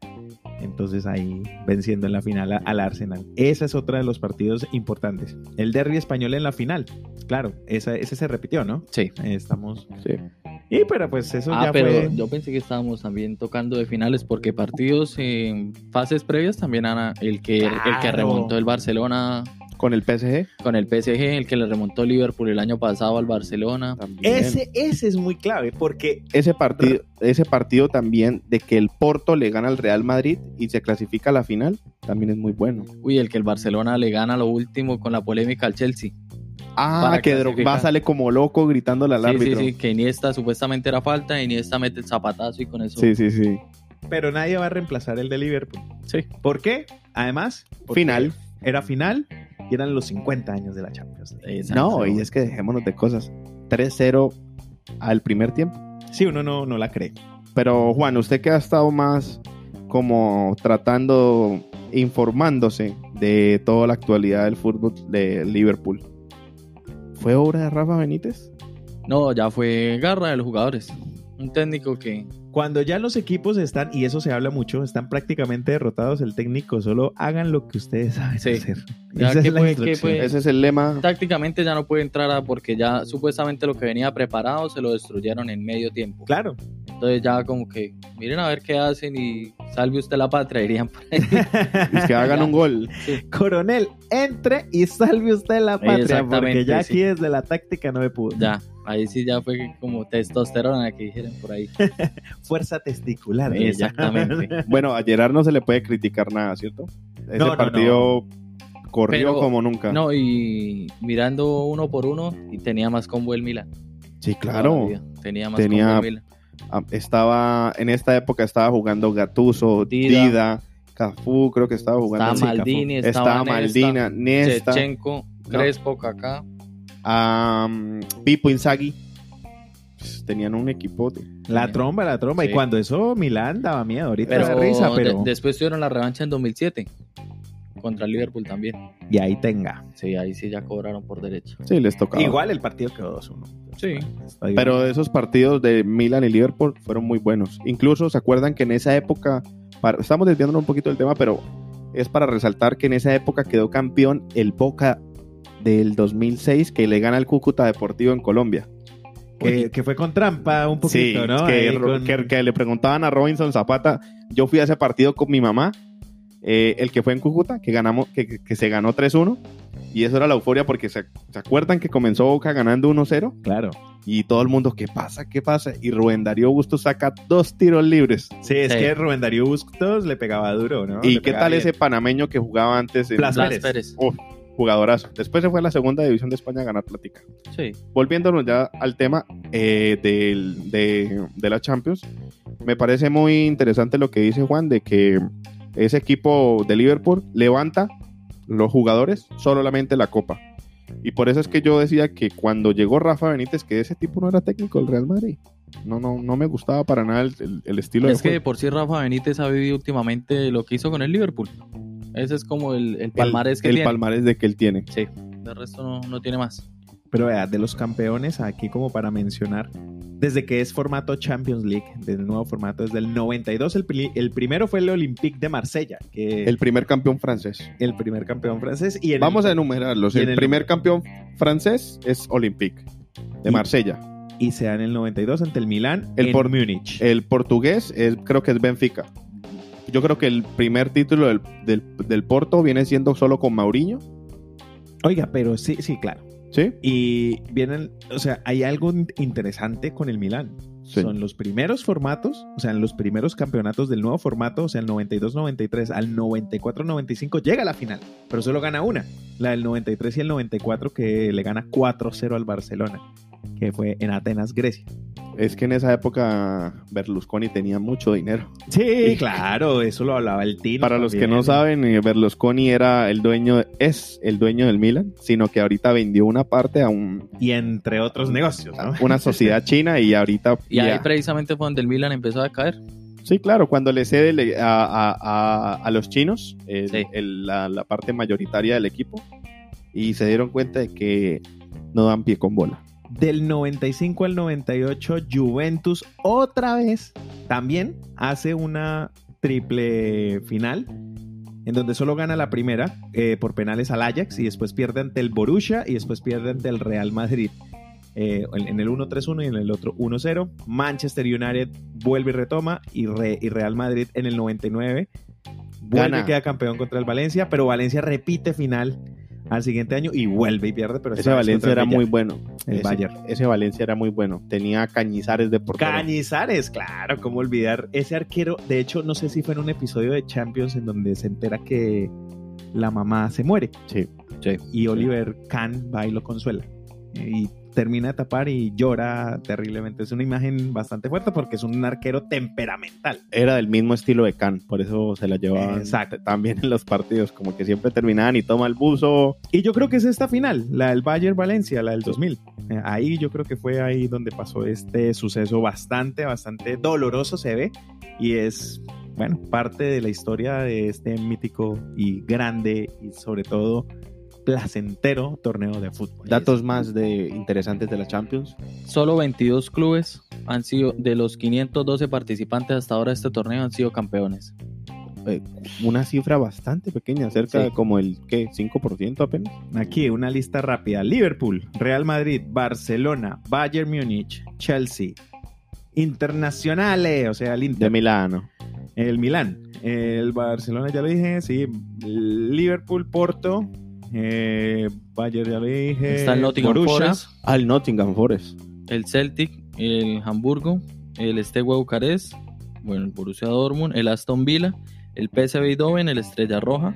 [SPEAKER 1] Entonces ahí venciendo en la final a- al Arsenal. Esa es otra de los partidos importantes. El derby español en la final. Claro, esa, ese se repitió, ¿no?
[SPEAKER 2] Sí.
[SPEAKER 1] Eh, Estamos.
[SPEAKER 3] Sí.
[SPEAKER 1] Y pero pues eso
[SPEAKER 2] Ah,
[SPEAKER 1] ya
[SPEAKER 2] pero
[SPEAKER 1] fue.
[SPEAKER 2] yo pensé que estábamos también tocando de finales porque partidos en fases previas también Ana, el que el que
[SPEAKER 1] Claro.
[SPEAKER 2] remontó el Barcelona
[SPEAKER 3] Con el PSG.
[SPEAKER 2] con el PSG, el que le remontó Liverpool el año pasado al Barcelona.
[SPEAKER 3] También.
[SPEAKER 1] Ese, ese es muy clave porque
[SPEAKER 3] ese partido, ese partido también de que el Porto le gana al Real Madrid y se clasifica a la final, también es muy bueno.
[SPEAKER 2] Uy, el que el Barcelona le gana lo último con la polémica al Chelsea.
[SPEAKER 3] Ah,
[SPEAKER 2] Para
[SPEAKER 3] que
[SPEAKER 2] clasificar.
[SPEAKER 3] Drogba sale como loco gritándole al
[SPEAKER 2] Sí, sí,
[SPEAKER 3] árbitro.
[SPEAKER 2] sí, que Iniesta supuestamente era falta, Iniesta mete el zapatazo y con eso
[SPEAKER 3] Sí, sí, sí.
[SPEAKER 1] pero nadie va a reemplazar el de Liverpool.
[SPEAKER 2] Sí.
[SPEAKER 1] ¿Por qué? Además, porque
[SPEAKER 3] Final.
[SPEAKER 1] Era final y eran los 50 años de la Champions League.
[SPEAKER 2] Exacto.
[SPEAKER 3] No, y es que dejémonos de cosas. 3-0 al primer tiempo.
[SPEAKER 1] Sí, uno no, no la cree.
[SPEAKER 3] Pero Juan, usted que ha estado más como tratando, informándose de toda la actualidad del fútbol de Liverpool. ¿Fue obra de Rafa Benítez?
[SPEAKER 2] No, ya fue garra de los jugadores. Un técnico que
[SPEAKER 1] Cuando ya los equipos están, y eso se habla mucho, están prácticamente derrotados, el técnico solo hagan lo que ustedes saben
[SPEAKER 2] Sí.
[SPEAKER 1] hacer.
[SPEAKER 2] Ya,
[SPEAKER 1] Esa
[SPEAKER 2] ¿qué
[SPEAKER 1] es la
[SPEAKER 2] puede- qué
[SPEAKER 1] instrucción.
[SPEAKER 2] puede-
[SPEAKER 3] Ese es el lema.
[SPEAKER 2] tácticamente ya no puede entrar a- porque ya supuestamente lo que venía preparado se lo destruyeron en medio tiempo.
[SPEAKER 1] Claro.
[SPEAKER 2] Entonces ya como que miren a ver qué hacen y salve usted la patria, dirían. por ahí.
[SPEAKER 3] Es que hagan un gol.
[SPEAKER 1] Coronel, entre y salve usted la patria, porque
[SPEAKER 2] Exactamente,
[SPEAKER 1] ya
[SPEAKER 2] sí.
[SPEAKER 1] aquí desde la táctica no me pudo.
[SPEAKER 2] ya, ahí sí ya fue como testosterona que dijeron por ahí.
[SPEAKER 1] Fuerza testicular. de ella.
[SPEAKER 2] Exactamente.
[SPEAKER 3] Bueno, a Gerard no se le puede criticar nada, ¿cierto? Ese
[SPEAKER 1] No, no,
[SPEAKER 3] partido corrió
[SPEAKER 2] Pero-
[SPEAKER 3] como nunca.
[SPEAKER 2] No, y mirando uno por uno, y tenía más combo el Milan.
[SPEAKER 3] sí, claro.
[SPEAKER 2] Todavía Tenía más
[SPEAKER 3] Tenía-
[SPEAKER 2] combo el Milan.
[SPEAKER 3] Ah, Estaba en esta época estaba jugando Gatuso, Dida,
[SPEAKER 2] Dida.
[SPEAKER 3] Cafú, creo que estaba jugando.
[SPEAKER 2] Estaba
[SPEAKER 1] sí, Cafú.
[SPEAKER 2] Maldini, estaba,
[SPEAKER 3] Estaba Maldina, Nesta,
[SPEAKER 2] Shevchenko, Crespo, Kaká.
[SPEAKER 3] am, Pipo Inzaghi. Pues, Tenían un equipote.
[SPEAKER 1] La tromba, la tromba. Y
[SPEAKER 2] Sí.
[SPEAKER 1] cuando eso, Milán daba miedo. Ahorita
[SPEAKER 2] Pero,
[SPEAKER 1] da risa, pero.
[SPEAKER 2] de- después tuvieron la revancha en 2007 contra el Liverpool también.
[SPEAKER 1] Y ahí tenga.
[SPEAKER 2] Sí, ahí sí ya cobraron por derecho.
[SPEAKER 3] Sí, les tocaba.
[SPEAKER 1] Igual el partido quedó 2-1.
[SPEAKER 2] Sí.
[SPEAKER 1] Está bien.
[SPEAKER 3] Pero esos partidos de Milan y Liverpool fueron muy buenos. Incluso se acuerdan que en esa época, para- estamos desviándonos un poquito del tema, pero es para resaltar que en esa época quedó campeón el Boca del 2006 que le gana al Cúcuta Deportivo en Colombia.
[SPEAKER 1] que, que fue con trampa un poquito,
[SPEAKER 3] Sí,
[SPEAKER 1] ¿no?
[SPEAKER 3] que,
[SPEAKER 1] Ahí
[SPEAKER 3] Ro-
[SPEAKER 1] con-
[SPEAKER 3] que- que le preguntaban a Robinson Zapata, yo fui a ese partido con mi mamá, eh, el que fue en Cúcuta, que, ganamos, que, que- que se ganó 3-1. Y eso era la euforia porque se, se acuerdan que comenzó Boca ganando 1-0
[SPEAKER 1] Claro.
[SPEAKER 3] y todo el mundo, ¿qué pasa? ¿Qué pasa? Y Rubén Darío Busto saca dos tiros libres.
[SPEAKER 1] Sí, es
[SPEAKER 2] Sí.
[SPEAKER 1] que Rubén Darío Bustos le pegaba duro, ¿no?
[SPEAKER 3] ¿Y
[SPEAKER 1] Le
[SPEAKER 3] qué
[SPEAKER 1] pegaba
[SPEAKER 3] tal
[SPEAKER 1] bien.
[SPEAKER 3] ese panameño que jugaba antes en
[SPEAKER 1] Blas
[SPEAKER 2] Blas
[SPEAKER 1] Pérez.
[SPEAKER 2] Pérez.
[SPEAKER 3] Uf, jugadorazo? Después se fue a la segunda división de España a ganar plática.
[SPEAKER 2] Sí.
[SPEAKER 3] Volviéndonos ya al tema eh, del- de, de la Champions, me parece muy interesante lo que dice Juan de que ese equipo de Liverpool levanta los jugadores solamente la copa. Y por eso es que yo decía que cuando llegó Rafa Benítez, que ese tipo no era técnico del Real Madrid. No, no, no me gustaba para nada el, el- el estilo
[SPEAKER 2] Es
[SPEAKER 3] de
[SPEAKER 2] que
[SPEAKER 3] juego.
[SPEAKER 2] de por sí Rafa Benítez ha vivido últimamente lo que hizo con el Liverpool. Ese es como el, el palmarés que
[SPEAKER 3] el
[SPEAKER 2] tiene.
[SPEAKER 3] palmarés de que él tiene.
[SPEAKER 2] sí. De resto no, no tiene más.
[SPEAKER 1] Pero vea, de los campeones aquí como para mencionar, desde que es formato Champions League, del nuevo formato, desde el 92, el, pri- el primero fue el Olympique de Marsella, que
[SPEAKER 3] El primer campeón francés.
[SPEAKER 1] el primer campeón francés. Y en el-
[SPEAKER 3] Vamos a enumerarlos.
[SPEAKER 1] y en
[SPEAKER 3] El,
[SPEAKER 1] el-
[SPEAKER 3] primer campeón francés es Olympique de
[SPEAKER 1] Y-
[SPEAKER 3] Marsella.
[SPEAKER 1] Y se da en el 92 ante el eh, Milán,
[SPEAKER 3] El
[SPEAKER 1] en
[SPEAKER 3] por-
[SPEAKER 1] Múnich.
[SPEAKER 3] El portugués es, creo que es Benfica. Yo creo que el primer título del, del- del Porto viene siendo solo con Mauriño.
[SPEAKER 1] Oiga, pero sí, sí, claro.
[SPEAKER 3] ¿Sí?
[SPEAKER 1] Y vienen, o sea, hay algo in- interesante con el Milán.
[SPEAKER 3] Sí.
[SPEAKER 1] Son los primeros formatos, o sea, en los primeros campeonatos del nuevo formato, o sea, el 92-93 al 94-95 llega a la final, pero solo gana una, la del 93 y el 94 que le gana 4-0 al Barcelona, que fue en Atenas, Grecia.
[SPEAKER 3] Es que en esa época Berlusconi tenía mucho dinero.
[SPEAKER 1] Sí, claro, eso lo hablaba el Tino.
[SPEAKER 3] Para los que
[SPEAKER 1] también.
[SPEAKER 3] no saben, eh, Berlusconi era el dueño, es el dueño del Milan, sino que ahorita vendió una parte a, un-
[SPEAKER 1] Y entre otros negocios,
[SPEAKER 3] a
[SPEAKER 1] ¿no?
[SPEAKER 3] una sociedad china y ahorita...
[SPEAKER 2] Y ahí precisamente fue donde el Milan empezó a caer.
[SPEAKER 3] Sí, claro, cuando le cede le- a, a- a- a los chinos el-
[SPEAKER 2] Sí.
[SPEAKER 3] el- la, la parte mayoritaria del equipo y se dieron cuenta de que no dan pie con bola.
[SPEAKER 1] Del 95 al 98, Juventus otra vez también hace una triple final, en donde solo gana la primera eh, por penales al Ajax y después pierde ante el Borussia y después pierde ante el Real Madrid. Eh, en el 1-3-1 y en el otro 1-0. Manchester United vuelve y retoma y, re- y Real Madrid en el 99 vuelve
[SPEAKER 4] Gana.
[SPEAKER 1] y queda campeón contra el Valencia, pero Valencia repite final al siguiente año y vuelve y pierde, pero
[SPEAKER 3] Ese
[SPEAKER 1] esta vez
[SPEAKER 3] Valencia
[SPEAKER 1] contra
[SPEAKER 3] era
[SPEAKER 1] el
[SPEAKER 3] muy
[SPEAKER 1] Villar-
[SPEAKER 3] bueno.
[SPEAKER 1] el
[SPEAKER 3] ese,
[SPEAKER 1] Bayern.
[SPEAKER 3] ese Valencia era muy bueno. Tenía a Cañizares de portero.
[SPEAKER 1] Cañizares, claro, cómo olvidar ese arquero. De hecho, no sé si fue en un episodio de Champions en donde se entera que la mamá se muere.
[SPEAKER 3] Sí.
[SPEAKER 2] Sí.
[SPEAKER 1] Y Oliver Kahn va y lo consuela. Y termina de tapar y llora terriblemente. Es una imagen bastante fuerte porque es un arquero temperamental.
[SPEAKER 3] Era del mismo estilo de Can, por eso se la llevaban
[SPEAKER 1] Exacto.
[SPEAKER 3] también en los partidos, como que siempre terminaban y toma el buzo.
[SPEAKER 1] Y yo creo que es esta final, la del Bayern Valencia, la del 2000. Eh, Ahí yo creo que fue ahí donde pasó este suceso bastante, bastante doloroso, se ve. Y es, bueno, parte de la historia de este mítico y grande y sobre todo placentero torneo de fútbol.
[SPEAKER 3] Datos más de interesantes de la Champions.
[SPEAKER 2] Solo 22 clubes han sido, de los 512 participantes hasta ahora de este torneo, han sido campeones.
[SPEAKER 3] Una cifra bastante pequeña, cerca
[SPEAKER 2] Sí.
[SPEAKER 3] de como el ¿qué? 5% apenas.
[SPEAKER 1] Aquí una lista rápida. Liverpool, Real Madrid, Barcelona, Bayern Múnich, Chelsea, Internacionales, o sea, el Inter.
[SPEAKER 3] De Milano.
[SPEAKER 1] El Milán, el Barcelona, ya lo dije, sí. Liverpool, Porto, eh, Bayern, ya lo dije.
[SPEAKER 2] Está el Nottingham
[SPEAKER 1] Borussia,
[SPEAKER 2] Forest,
[SPEAKER 3] Al Nottingham Forest.
[SPEAKER 2] el Celtic, el Hamburgo, el Steaua Bucarest, bueno, el Borussia Dortmund, el Aston Villa, el PSV Eindhoven, el Estrella Roja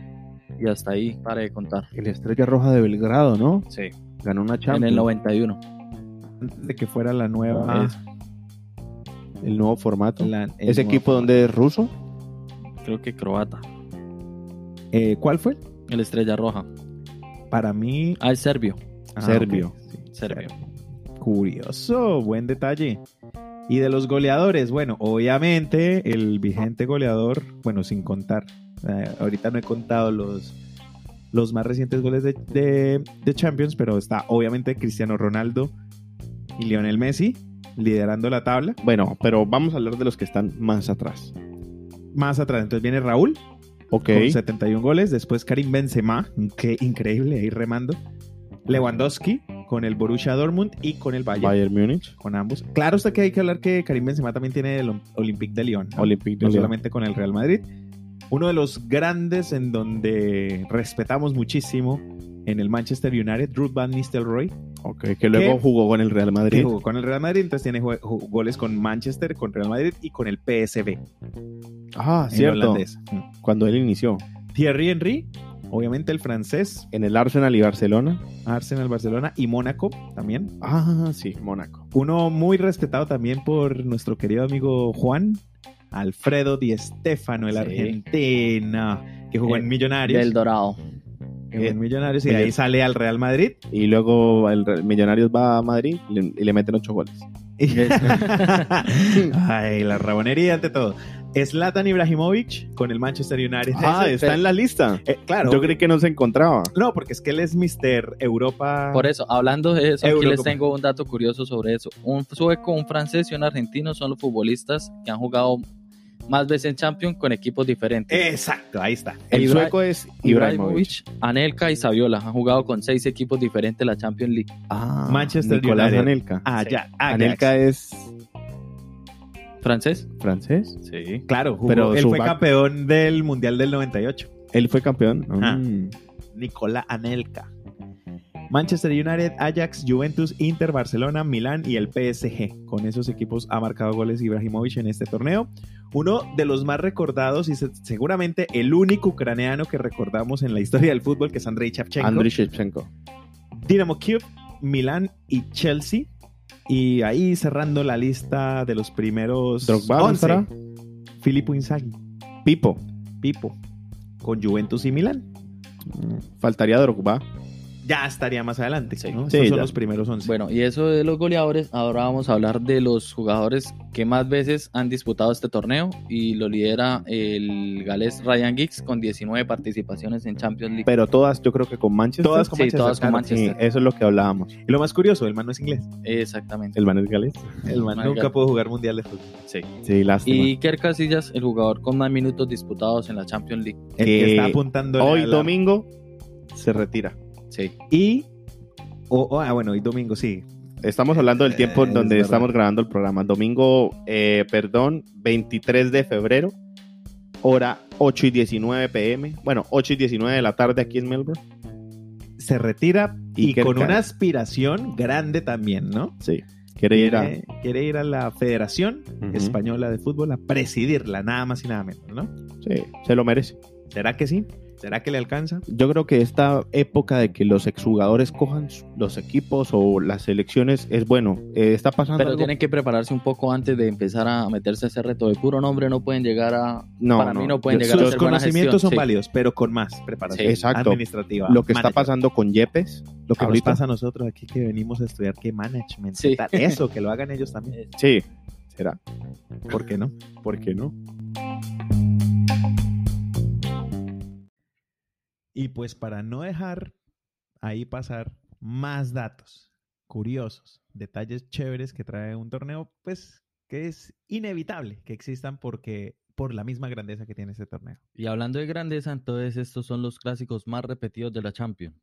[SPEAKER 2] y hasta ahí para de contar.
[SPEAKER 3] El Estrella Roja de Belgrado, ¿no?
[SPEAKER 2] Sí.
[SPEAKER 3] Ganó una
[SPEAKER 2] En el
[SPEAKER 3] Champions.
[SPEAKER 2] 91.
[SPEAKER 1] Antes de que fuera la nueva.
[SPEAKER 3] Es- el, nuevo formato.
[SPEAKER 1] la- el
[SPEAKER 3] Ese
[SPEAKER 1] nuevo-
[SPEAKER 3] equipo donde es ruso.
[SPEAKER 2] Creo que croata.
[SPEAKER 1] Eh, ¿Cuál fue?
[SPEAKER 2] El Estrella Roja.
[SPEAKER 1] Para mí. Ah,
[SPEAKER 2] Ah, es serbio.
[SPEAKER 3] Serbio.
[SPEAKER 1] ok, sí,
[SPEAKER 2] Serbio.
[SPEAKER 1] Curioso, buen detalle. Y de los goleadores, bueno, obviamente el vigente goleador, bueno, sin contar, eh, ahorita no he contado los, los más recientes goles de, de- de Champions, pero está obviamente Cristiano Ronaldo y Lionel Messi liderando la tabla.
[SPEAKER 3] Bueno, pero vamos a hablar de los que están más atrás.
[SPEAKER 1] Más atrás, entonces viene Raúl
[SPEAKER 3] Ok.
[SPEAKER 1] con 71 goles, después Karim Benzema, que increíble, ahí remando. Lewandowski con el Borussia Dortmund y con el Bayern.
[SPEAKER 3] Bayern Múnich.
[SPEAKER 1] con ambos. Claro está que hay que hablar que Karim Benzema también tiene el Olim- Olympique de Lyon, ¿no?
[SPEAKER 3] Olympique de
[SPEAKER 1] No
[SPEAKER 3] Lyon.
[SPEAKER 1] solamente con el Real Madrid. Uno de los grandes en donde respetamos muchísimo en el Manchester United, Ruth Van Nistelrooy,
[SPEAKER 3] Ok, que luego
[SPEAKER 1] ¿Qué?
[SPEAKER 3] jugó con el Real Madrid.
[SPEAKER 1] que jugó con el Real Madrid, entonces tiene jue- ju- goles con Manchester, con Real Madrid y con el PSV,
[SPEAKER 3] Ah,
[SPEAKER 1] en
[SPEAKER 3] cierto.
[SPEAKER 1] holandés. Mm.
[SPEAKER 3] Cuando él inició.
[SPEAKER 1] Thierry Henry, obviamente el francés,
[SPEAKER 3] En el Arsenal y Barcelona.
[SPEAKER 1] Arsenal, Barcelona y Mónaco también.
[SPEAKER 3] Ah, sí, Mónaco.
[SPEAKER 1] Uno muy respetado también por nuestro querido amigo Juan Alfredo Di Stéfano, el
[SPEAKER 2] Sí.
[SPEAKER 1] argentino, que jugó en
[SPEAKER 2] Eh,
[SPEAKER 1] Millonarios.
[SPEAKER 2] Del Dorado.
[SPEAKER 1] que jugó en Millonarios y de ahí
[SPEAKER 3] Millon-
[SPEAKER 1] sale al Real Madrid.
[SPEAKER 3] Eh, Y luego el Re- Millonarios va a Madrid y le, y le meten ocho goles.
[SPEAKER 1] Ay, la rabonería ante todo. Zlatan Ibrahimovic con el Manchester United.
[SPEAKER 3] Ah,
[SPEAKER 2] ese-
[SPEAKER 3] está en la lista.
[SPEAKER 1] Eh, claro.
[SPEAKER 3] Yo creí que no se encontraba.
[SPEAKER 1] No, porque es que él es Mister Europa.
[SPEAKER 2] Por eso, hablando de eso, aquí
[SPEAKER 1] Eurocopa.
[SPEAKER 2] les tengo un dato curioso sobre eso. Un sueco, un francés y un argentino son los futbolistas que han jugado más veces en Champions con equipos diferentes.
[SPEAKER 1] Exacto, ahí está.
[SPEAKER 3] El
[SPEAKER 2] Ibra-
[SPEAKER 3] sueco es Ibrahimovic.
[SPEAKER 2] Anelka y Saviola han jugado con seis equipos diferentes la Champions League.
[SPEAKER 3] Ah,
[SPEAKER 1] Manchester
[SPEAKER 3] Nicolás
[SPEAKER 1] United.
[SPEAKER 3] Anelka.
[SPEAKER 1] Ah, ya. Ajax.
[SPEAKER 3] Anelka es
[SPEAKER 2] ¿Francés?
[SPEAKER 3] francés.
[SPEAKER 2] Sí.
[SPEAKER 1] Claro, jugó-
[SPEAKER 3] Pero
[SPEAKER 1] él
[SPEAKER 3] su
[SPEAKER 1] fue
[SPEAKER 3] back-
[SPEAKER 1] campeón del Mundial del 98.
[SPEAKER 3] Él fue campeón.
[SPEAKER 1] Ah.
[SPEAKER 3] Mm.
[SPEAKER 1] Nicolás Anelka. Manchester United, Ajax, Juventus, Inter, Barcelona, Milán y el PSG. Con esos equipos ha marcado goles Ibrahimovic en este torneo. Uno de los más recordados y se- seguramente el único ucraniano que recordamos en la historia del fútbol, que es Andrei Shevchenko.
[SPEAKER 3] Andriy Shevchenko.
[SPEAKER 1] Dinamo Kiev, Milán y Chelsea. Y ahí cerrando la lista de los primeros
[SPEAKER 3] Drogba, ¿no
[SPEAKER 1] 11,
[SPEAKER 3] estará?
[SPEAKER 1] Filippo Inzaghi,
[SPEAKER 3] Pipo.
[SPEAKER 1] Pipo, con Juventus y Milán.
[SPEAKER 3] Faltaría Drogba.
[SPEAKER 1] ya estaría más adelante.
[SPEAKER 2] Sí.
[SPEAKER 1] ¿no?
[SPEAKER 5] Sí,
[SPEAKER 1] Estos son
[SPEAKER 5] ya.
[SPEAKER 1] los primeros 11.
[SPEAKER 2] Bueno, y eso de los goleadores, ahora vamos a hablar de los jugadores que más veces han disputado este torneo y lo lidera el galés Ryan Giggs con 19 participaciones en Champions League.
[SPEAKER 5] Pero todas, yo creo que con Manchester.
[SPEAKER 1] Todas con
[SPEAKER 2] sí,
[SPEAKER 1] Manchester,
[SPEAKER 2] todas con
[SPEAKER 1] claro.
[SPEAKER 5] Sí,
[SPEAKER 2] Manchester.
[SPEAKER 5] eso es lo que hablábamos.
[SPEAKER 1] Y lo más curioso, el man no es inglés.
[SPEAKER 2] Exactamente.
[SPEAKER 5] El man es galés.
[SPEAKER 1] El man
[SPEAKER 2] Oh My
[SPEAKER 1] nunca
[SPEAKER 2] God.
[SPEAKER 1] pudo jugar mundial de fútbol.
[SPEAKER 2] Sí.
[SPEAKER 5] Sí, lástima.
[SPEAKER 2] Y Iker Casillas, el jugador con más minutos disputados en la Champions League.
[SPEAKER 1] El
[SPEAKER 5] Que
[SPEAKER 1] que está apuntando
[SPEAKER 5] Hoy
[SPEAKER 1] a la-
[SPEAKER 5] domingo se retira.
[SPEAKER 2] Sí.
[SPEAKER 1] Y. o- o- ah, bueno, hoy domingo, sí.
[SPEAKER 5] Estamos hablando del tiempo
[SPEAKER 1] Eh, es
[SPEAKER 5] donde
[SPEAKER 1] verdad.
[SPEAKER 5] estamos grabando el programa. Domingo, eh, perdón, 23 de febrero, hora 8 y 19 pm. Bueno, 8 y 19 de la tarde aquí en Melbourne.
[SPEAKER 1] Se retira y
[SPEAKER 5] Iker
[SPEAKER 1] con
[SPEAKER 5] Casillas.
[SPEAKER 1] una aspiración grande también, ¿no?
[SPEAKER 5] Sí. Quiere ir a...
[SPEAKER 2] Eh,
[SPEAKER 1] Quiere- quiere ir a la Federación
[SPEAKER 5] Ujú.
[SPEAKER 1] Española de Fútbol a presidirla, nada más y nada menos, ¿no?
[SPEAKER 5] Sí, se lo merece.
[SPEAKER 1] ¿Será que sí? ¿Será que le alcanza?
[SPEAKER 5] Yo creo que esta época de que los exjugadores cojan los equipos o las selecciones es bueno. Eh, está pasando
[SPEAKER 2] Pero
[SPEAKER 5] algo-
[SPEAKER 2] tienen que prepararse un poco antes de empezar a meterse a ese reto. De puro nombre no pueden llegar a...
[SPEAKER 5] No,
[SPEAKER 2] para mí no pueden
[SPEAKER 5] Yo-
[SPEAKER 2] llegar a
[SPEAKER 5] yo-
[SPEAKER 1] Sus
[SPEAKER 2] hacer buena
[SPEAKER 1] conocimientos son
[SPEAKER 2] gestión, sí.
[SPEAKER 1] válidos, pero con más preparación
[SPEAKER 2] Sí,
[SPEAKER 5] exacto.
[SPEAKER 1] administrativa.
[SPEAKER 5] Lo que está
[SPEAKER 1] manager.
[SPEAKER 5] pasando con Yepes, lo
[SPEAKER 3] Ah,
[SPEAKER 5] que
[SPEAKER 1] que nos
[SPEAKER 5] ahorita-
[SPEAKER 1] pasa a nosotros aquí que venimos a estudiar qué management
[SPEAKER 2] Sí.
[SPEAKER 1] y tal. eso que lo hagan ellos también
[SPEAKER 5] Sí, será.
[SPEAKER 1] ¿por qué no?
[SPEAKER 5] ¿Por qué no?
[SPEAKER 1] y pues para no dejar ahí pasar más datos curiosos detalles chéveres que trae un torneo pues que es inevitable que existan porque por la misma grandeza que tiene este torneo
[SPEAKER 2] Y hablando de grandeza, entonces estos son los clásicos más repetidos de la Champions.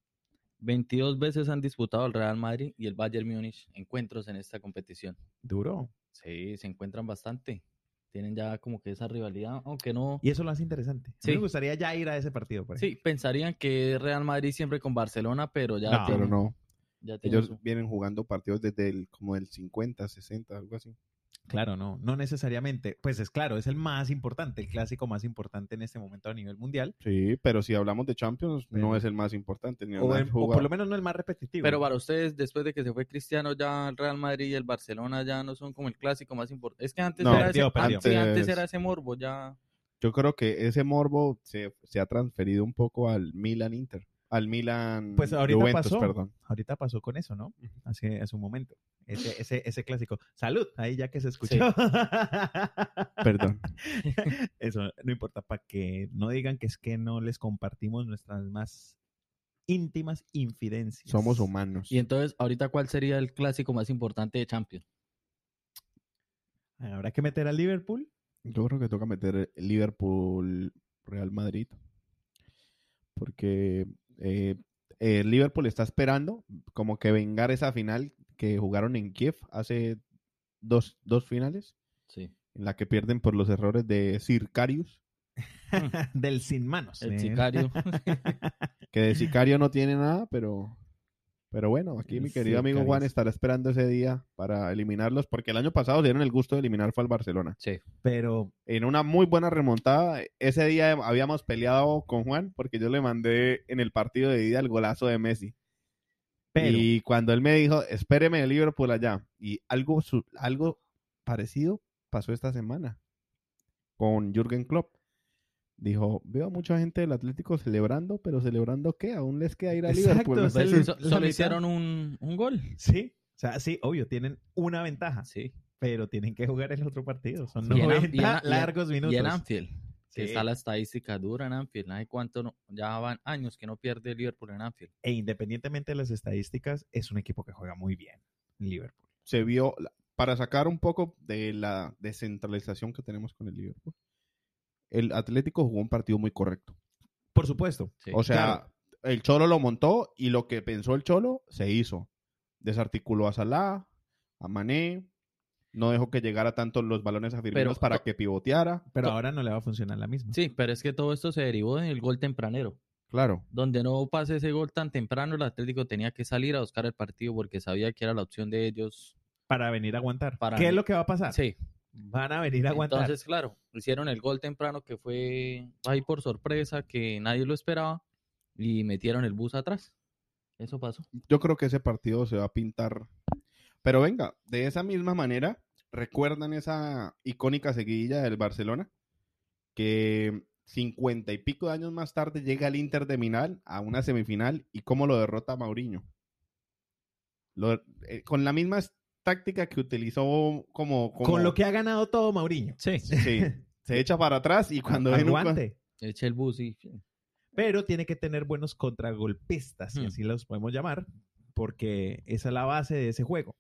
[SPEAKER 2] 22 veces han disputado el Real Madrid y el Bayern Múnich encuentros en esta competición.
[SPEAKER 1] duro
[SPEAKER 2] Sí, se encuentran bastante. Tienen ya como que esa rivalidad, aunque no.
[SPEAKER 1] y eso lo hace interesante
[SPEAKER 2] Sí.
[SPEAKER 1] a mí me gustaría ya ir a ese partido por ejemplo.
[SPEAKER 2] Sí, pensarían que es Real Madrid siempre con Barcelona, pero ya
[SPEAKER 1] No,
[SPEAKER 2] tienen-
[SPEAKER 3] Pero no.
[SPEAKER 2] ya tienen
[SPEAKER 3] Ellos
[SPEAKER 2] su-
[SPEAKER 3] vienen jugando partidos desde el como del 50, 60, algo así.
[SPEAKER 1] claro no no necesariamente pues es claro es el más importante el clásico más importante en este momento a nivel mundial
[SPEAKER 3] Sí, pero si hablamos de Champions,
[SPEAKER 1] Pero-
[SPEAKER 3] no es el más importante. Ni el
[SPEAKER 1] o,
[SPEAKER 3] más
[SPEAKER 1] en- o
[SPEAKER 3] jugado.
[SPEAKER 1] por lo menos no el más repetitivo
[SPEAKER 2] Pero para ustedes, después de que se fue Cristiano, ya el Real Madrid y el Barcelona ya no son como el clásico más importante. Es que antes,
[SPEAKER 3] No,
[SPEAKER 2] era, ese,
[SPEAKER 1] perdió, perdió.
[SPEAKER 2] antes- antes
[SPEAKER 3] Antes-
[SPEAKER 2] era ese morbo, ya.
[SPEAKER 3] Yo creo que ese morbo se, se ha transferido un poco al Milan Inter. Al Milan
[SPEAKER 1] Pues ahorita
[SPEAKER 3] Juventus,
[SPEAKER 1] pasó.
[SPEAKER 3] perdón.
[SPEAKER 1] ahorita pasó con eso, ¿no? Hace, hace un momento. Ese, ese, ese clásico. Salud, ahí ya que se escuchó.
[SPEAKER 3] Perdón.
[SPEAKER 1] eso no importa, para que no digan que es que no les compartimos nuestras más íntimas infidencias.
[SPEAKER 3] Somos humanos.
[SPEAKER 2] Y entonces, ahorita, ¿cuál sería el clásico más importante de Champions?
[SPEAKER 1] Habrá que meter a Liverpool.
[SPEAKER 3] Yo creo que toca meter Liverpool, Real Madrid, porque eh, eh, Liverpool está esperando como que vengar esa final que jugaron en Kiev hace dos, dos finales,
[SPEAKER 2] Sí.
[SPEAKER 3] en la que pierden por los errores de Sircarius,
[SPEAKER 1] Del sin manos.
[SPEAKER 2] El
[SPEAKER 1] ¿eh?
[SPEAKER 2] sicario.
[SPEAKER 3] que de Sicario no tiene nada, pero, pero bueno, aquí
[SPEAKER 1] El
[SPEAKER 3] mi querido amigo Juan
[SPEAKER 1] Sicarius.
[SPEAKER 3] estará esperando ese día para eliminarlos, porque el año pasado se dieron el gusto de eliminar fue al Barcelona.
[SPEAKER 2] sí.
[SPEAKER 1] Pero
[SPEAKER 3] en una muy buena remontada. Ese día habíamos peleado con Juan porque yo le mandé en el partido de ida el golazo de Messi.
[SPEAKER 1] Pero-
[SPEAKER 3] Y cuando él me dijo, espéreme de Liverpool allá. Y algo, su- algo parecido pasó esta semana con Jürgen Klopp. Dijo, veo a mucha gente del Atlético celebrando, pero celebrando qué, aún les queda ir a
[SPEAKER 1] Exacto,
[SPEAKER 3] Liverpool.
[SPEAKER 1] o
[SPEAKER 3] me
[SPEAKER 1] sea,
[SPEAKER 3] parece".
[SPEAKER 1] el-
[SPEAKER 2] So-
[SPEAKER 1] la
[SPEAKER 2] Pues, solo
[SPEAKER 1] mitad.
[SPEAKER 2] hicieron un, un gol.
[SPEAKER 1] sí, o sea, sí, obvio, tienen una ventaja,
[SPEAKER 2] Sí.
[SPEAKER 1] pero tienen que jugar el otro partido. Son
[SPEAKER 2] Y en Am-
[SPEAKER 1] 90
[SPEAKER 2] y en A- y en-
[SPEAKER 1] largos minutos.
[SPEAKER 2] Y en Anfield.
[SPEAKER 1] Sí,
[SPEAKER 2] que está la estadística dura en Anfield. No sé cuánto, no- ya van años que no pierde el Liverpool en Anfield.
[SPEAKER 1] E independientemente de las estadísticas, es un equipo que juega muy bien. Liverpool.
[SPEAKER 3] se vio, la- para sacar un poco de la descentralización que tenemos con el Liverpool, el Atlético jugó un partido muy correcto.
[SPEAKER 1] Por supuesto.
[SPEAKER 2] Sí.
[SPEAKER 3] O sea,
[SPEAKER 1] Claro.
[SPEAKER 3] el Cholo lo montó y lo que pensó el Cholo se hizo. Desarticuló a Salah, a Mané, no dejó que llegara tanto los balones a Firmino
[SPEAKER 2] Pero
[SPEAKER 3] para
[SPEAKER 2] to-
[SPEAKER 3] que pivoteara.
[SPEAKER 1] Pero
[SPEAKER 2] To-
[SPEAKER 1] ahora no le va a funcionar la misma.
[SPEAKER 2] sí, pero es que todo esto se derivó del gol tempranero.
[SPEAKER 3] Claro.
[SPEAKER 2] Donde no pase ese gol tan temprano, el Atlético tenía que salir a buscar el partido porque sabía que era la opción de ellos.
[SPEAKER 1] Para venir a aguantar.
[SPEAKER 2] Para
[SPEAKER 1] ¿Qué es
[SPEAKER 2] venir-
[SPEAKER 1] lo que va a pasar?
[SPEAKER 2] Sí.
[SPEAKER 1] Van a venir a aguantar.
[SPEAKER 2] Entonces, claro, hicieron el gol temprano que fue ahí por sorpresa, que nadie lo esperaba, y metieron el bus atrás. Eso pasó.
[SPEAKER 3] Yo creo que ese partido se va a pintar. Pero venga, de esa misma manera, ¿recuerdan esa icónica seguidilla del Barcelona? Que 50 y pico de años más tarde llega el Inter de Milán a una semifinal y cómo lo derrota Mauriño. Lo- eh, con la misma táctica que utilizó como, como-
[SPEAKER 1] Con lo que ha ganado todo Mauriño.
[SPEAKER 2] Sí.
[SPEAKER 3] sí, se echa para atrás y cuando viene un-
[SPEAKER 1] Aguante.
[SPEAKER 2] Eche el bus y...
[SPEAKER 1] pero tiene que tener buenos contragolpistas, si
[SPEAKER 2] Hmm.
[SPEAKER 1] así los podemos llamar, porque esa es la base de ese juego.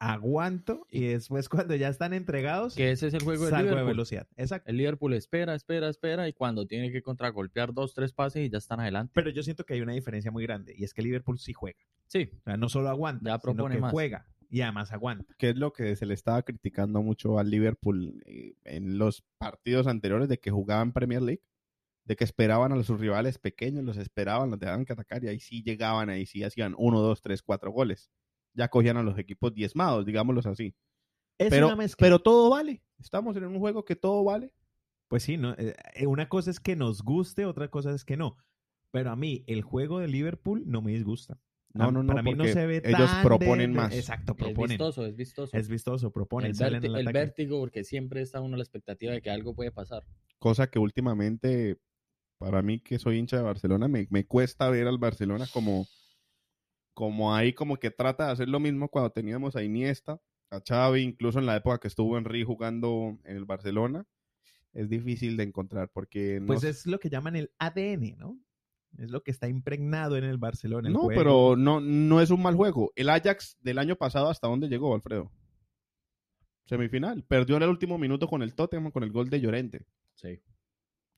[SPEAKER 1] Aguanto y después cuando ya están entregados,
[SPEAKER 2] Que ese es el juego del
[SPEAKER 1] salgo de
[SPEAKER 2] Liverpool. Eh.
[SPEAKER 1] velocidad. Exacto.
[SPEAKER 2] El Liverpool espera, espera, espera y cuando tiene que contragolpear dos, tres pases y ya están adelante.
[SPEAKER 1] Pero yo siento que hay una diferencia muy grande y es que Liverpool sí juega.
[SPEAKER 2] Sí,
[SPEAKER 1] O sea, no solo aguanta,
[SPEAKER 2] Ya
[SPEAKER 1] sino
[SPEAKER 2] propone
[SPEAKER 1] que
[SPEAKER 2] más.
[SPEAKER 1] juega y además aguanta.
[SPEAKER 3] que es lo que se le estaba criticando mucho al Liverpool eh, en los partidos anteriores de que jugaban Premier League, de que esperaban a sus rivales pequeños, los esperaban, los dejaban que atacar y ahí sí llegaban, ahí sí hacían uno, dos, tres, cuatro goles. Ya cogían a los equipos diezmados, digámoslos así.
[SPEAKER 1] Es
[SPEAKER 3] pero,
[SPEAKER 1] una mezcla.
[SPEAKER 3] pero todo vale. Estamos en un juego que todo vale.
[SPEAKER 1] Pues sí, ¿no? Eh, eh, una cosa es que nos guste, otra cosa es que no. Pero a mí el juego de Liverpool no me disgusta.
[SPEAKER 3] No,
[SPEAKER 1] A-
[SPEAKER 3] no, no,
[SPEAKER 1] Ah, Para mí no
[SPEAKER 3] porque
[SPEAKER 1] se ve
[SPEAKER 3] ellos
[SPEAKER 1] tan
[SPEAKER 3] proponen
[SPEAKER 1] de-
[SPEAKER 3] más.
[SPEAKER 1] Exacto,
[SPEAKER 2] es
[SPEAKER 1] proponen.
[SPEAKER 2] vistoso, es vistoso.
[SPEAKER 1] Es vistoso, proponen,
[SPEAKER 2] el,
[SPEAKER 1] salen
[SPEAKER 2] vérti-
[SPEAKER 1] al
[SPEAKER 2] el
[SPEAKER 1] ataque.
[SPEAKER 2] vértigo porque siempre está uno a la expectativa de que algo puede pasar.
[SPEAKER 3] Cosa que últimamente, para mí que soy hincha de Barcelona, me, me cuesta ver al Barcelona como, como ahí, como que trata de hacer lo mismo cuando teníamos a Iniesta, a Xavi, incluso en la época que estuvo Henry jugando en el Barcelona. Es difícil de encontrar porque no,
[SPEAKER 1] Pues es lo que llaman el ADN, ¿no? Es lo que está impregnado en el Barcelona. el
[SPEAKER 3] no
[SPEAKER 1] juego.
[SPEAKER 3] pero no, no es un mal juego. El Ajax del año pasado, ¿hasta dónde llegó, Alfredo? Semifinal. Perdió en el último minuto con el Tottenham, con el gol de Llorente.
[SPEAKER 2] Sí.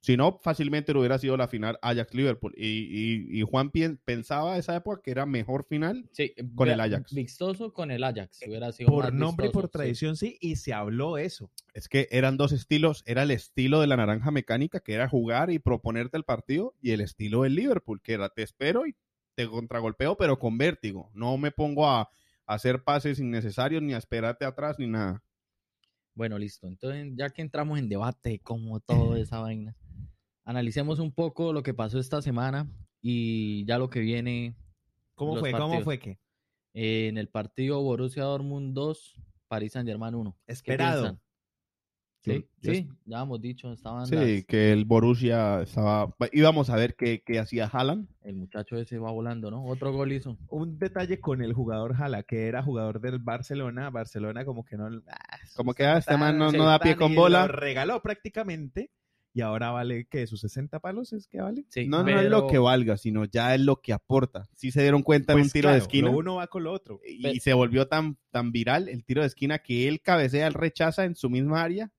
[SPEAKER 3] Si no, fácilmente lo hubiera sido la final Ajax-Liverpool. Y, y- y Juan pien- pensaba esa época que era mejor final.
[SPEAKER 2] Sí,
[SPEAKER 3] Con
[SPEAKER 2] ve-
[SPEAKER 3] el Ajax.
[SPEAKER 2] Vistoso con el Ajax. Hubiera sido
[SPEAKER 1] por
[SPEAKER 2] más
[SPEAKER 1] nombre y
[SPEAKER 2] vistoso,
[SPEAKER 1] por tradición, sí. y se habló eso.
[SPEAKER 3] Es que eran dos estilos. Era el estilo de la naranja mecánica, que era jugar y proponerte el partido, y el estilo del Liverpool, que era te espero y te contragolpeo, pero con vértigo. No me pongo a, a hacer pases innecesarios, ni a esperarte atrás, ni nada.
[SPEAKER 2] sí. Bueno, listo. Entonces, ya que entramos en debate, como toda esa vaina, analicemos un poco lo que pasó esta semana y ya lo que viene
[SPEAKER 1] ¿Cómo
[SPEAKER 2] Los
[SPEAKER 1] fue? ¿Cómo
[SPEAKER 2] partidos.
[SPEAKER 1] fue que?
[SPEAKER 2] eh, en el partido Borussia Dortmund 2, París Saint-Germain 1. ¿Qué
[SPEAKER 1] Esperado.
[SPEAKER 2] piensan? Sí,
[SPEAKER 1] Yo- yo-
[SPEAKER 2] sí, ya hemos dicho, estaban
[SPEAKER 3] Sí,
[SPEAKER 2] las-
[SPEAKER 3] que el Borussia estaba. Íbamos a ver qué, qué hacía Haaland.
[SPEAKER 2] el muchacho ese va volando, ¿no? Otro gol hizo.
[SPEAKER 1] Un detalle con el jugador Jala, que era jugador del Barcelona. Barcelona como que no... ah,
[SPEAKER 3] Como
[SPEAKER 1] se
[SPEAKER 3] que, ah, este
[SPEAKER 1] mataron,
[SPEAKER 3] man no-
[SPEAKER 1] se
[SPEAKER 3] no da pie
[SPEAKER 1] mataron,
[SPEAKER 3] con
[SPEAKER 1] y
[SPEAKER 3] bola.
[SPEAKER 1] Lo regaló prácticamente. Y ahora vale que sus 60 palos es que vale.
[SPEAKER 2] Sí,
[SPEAKER 3] No, no es
[SPEAKER 2] pero-
[SPEAKER 3] lo que valga, sino ya es lo que aporta. Si se dieron cuenta en
[SPEAKER 1] Pues
[SPEAKER 3] un tiro de
[SPEAKER 1] claro,
[SPEAKER 3] esquina.
[SPEAKER 1] lo uno va con lo otro.
[SPEAKER 3] y se volvió tan, tan viral el tiro de esquina que él cabecea, él rechaza en su misma área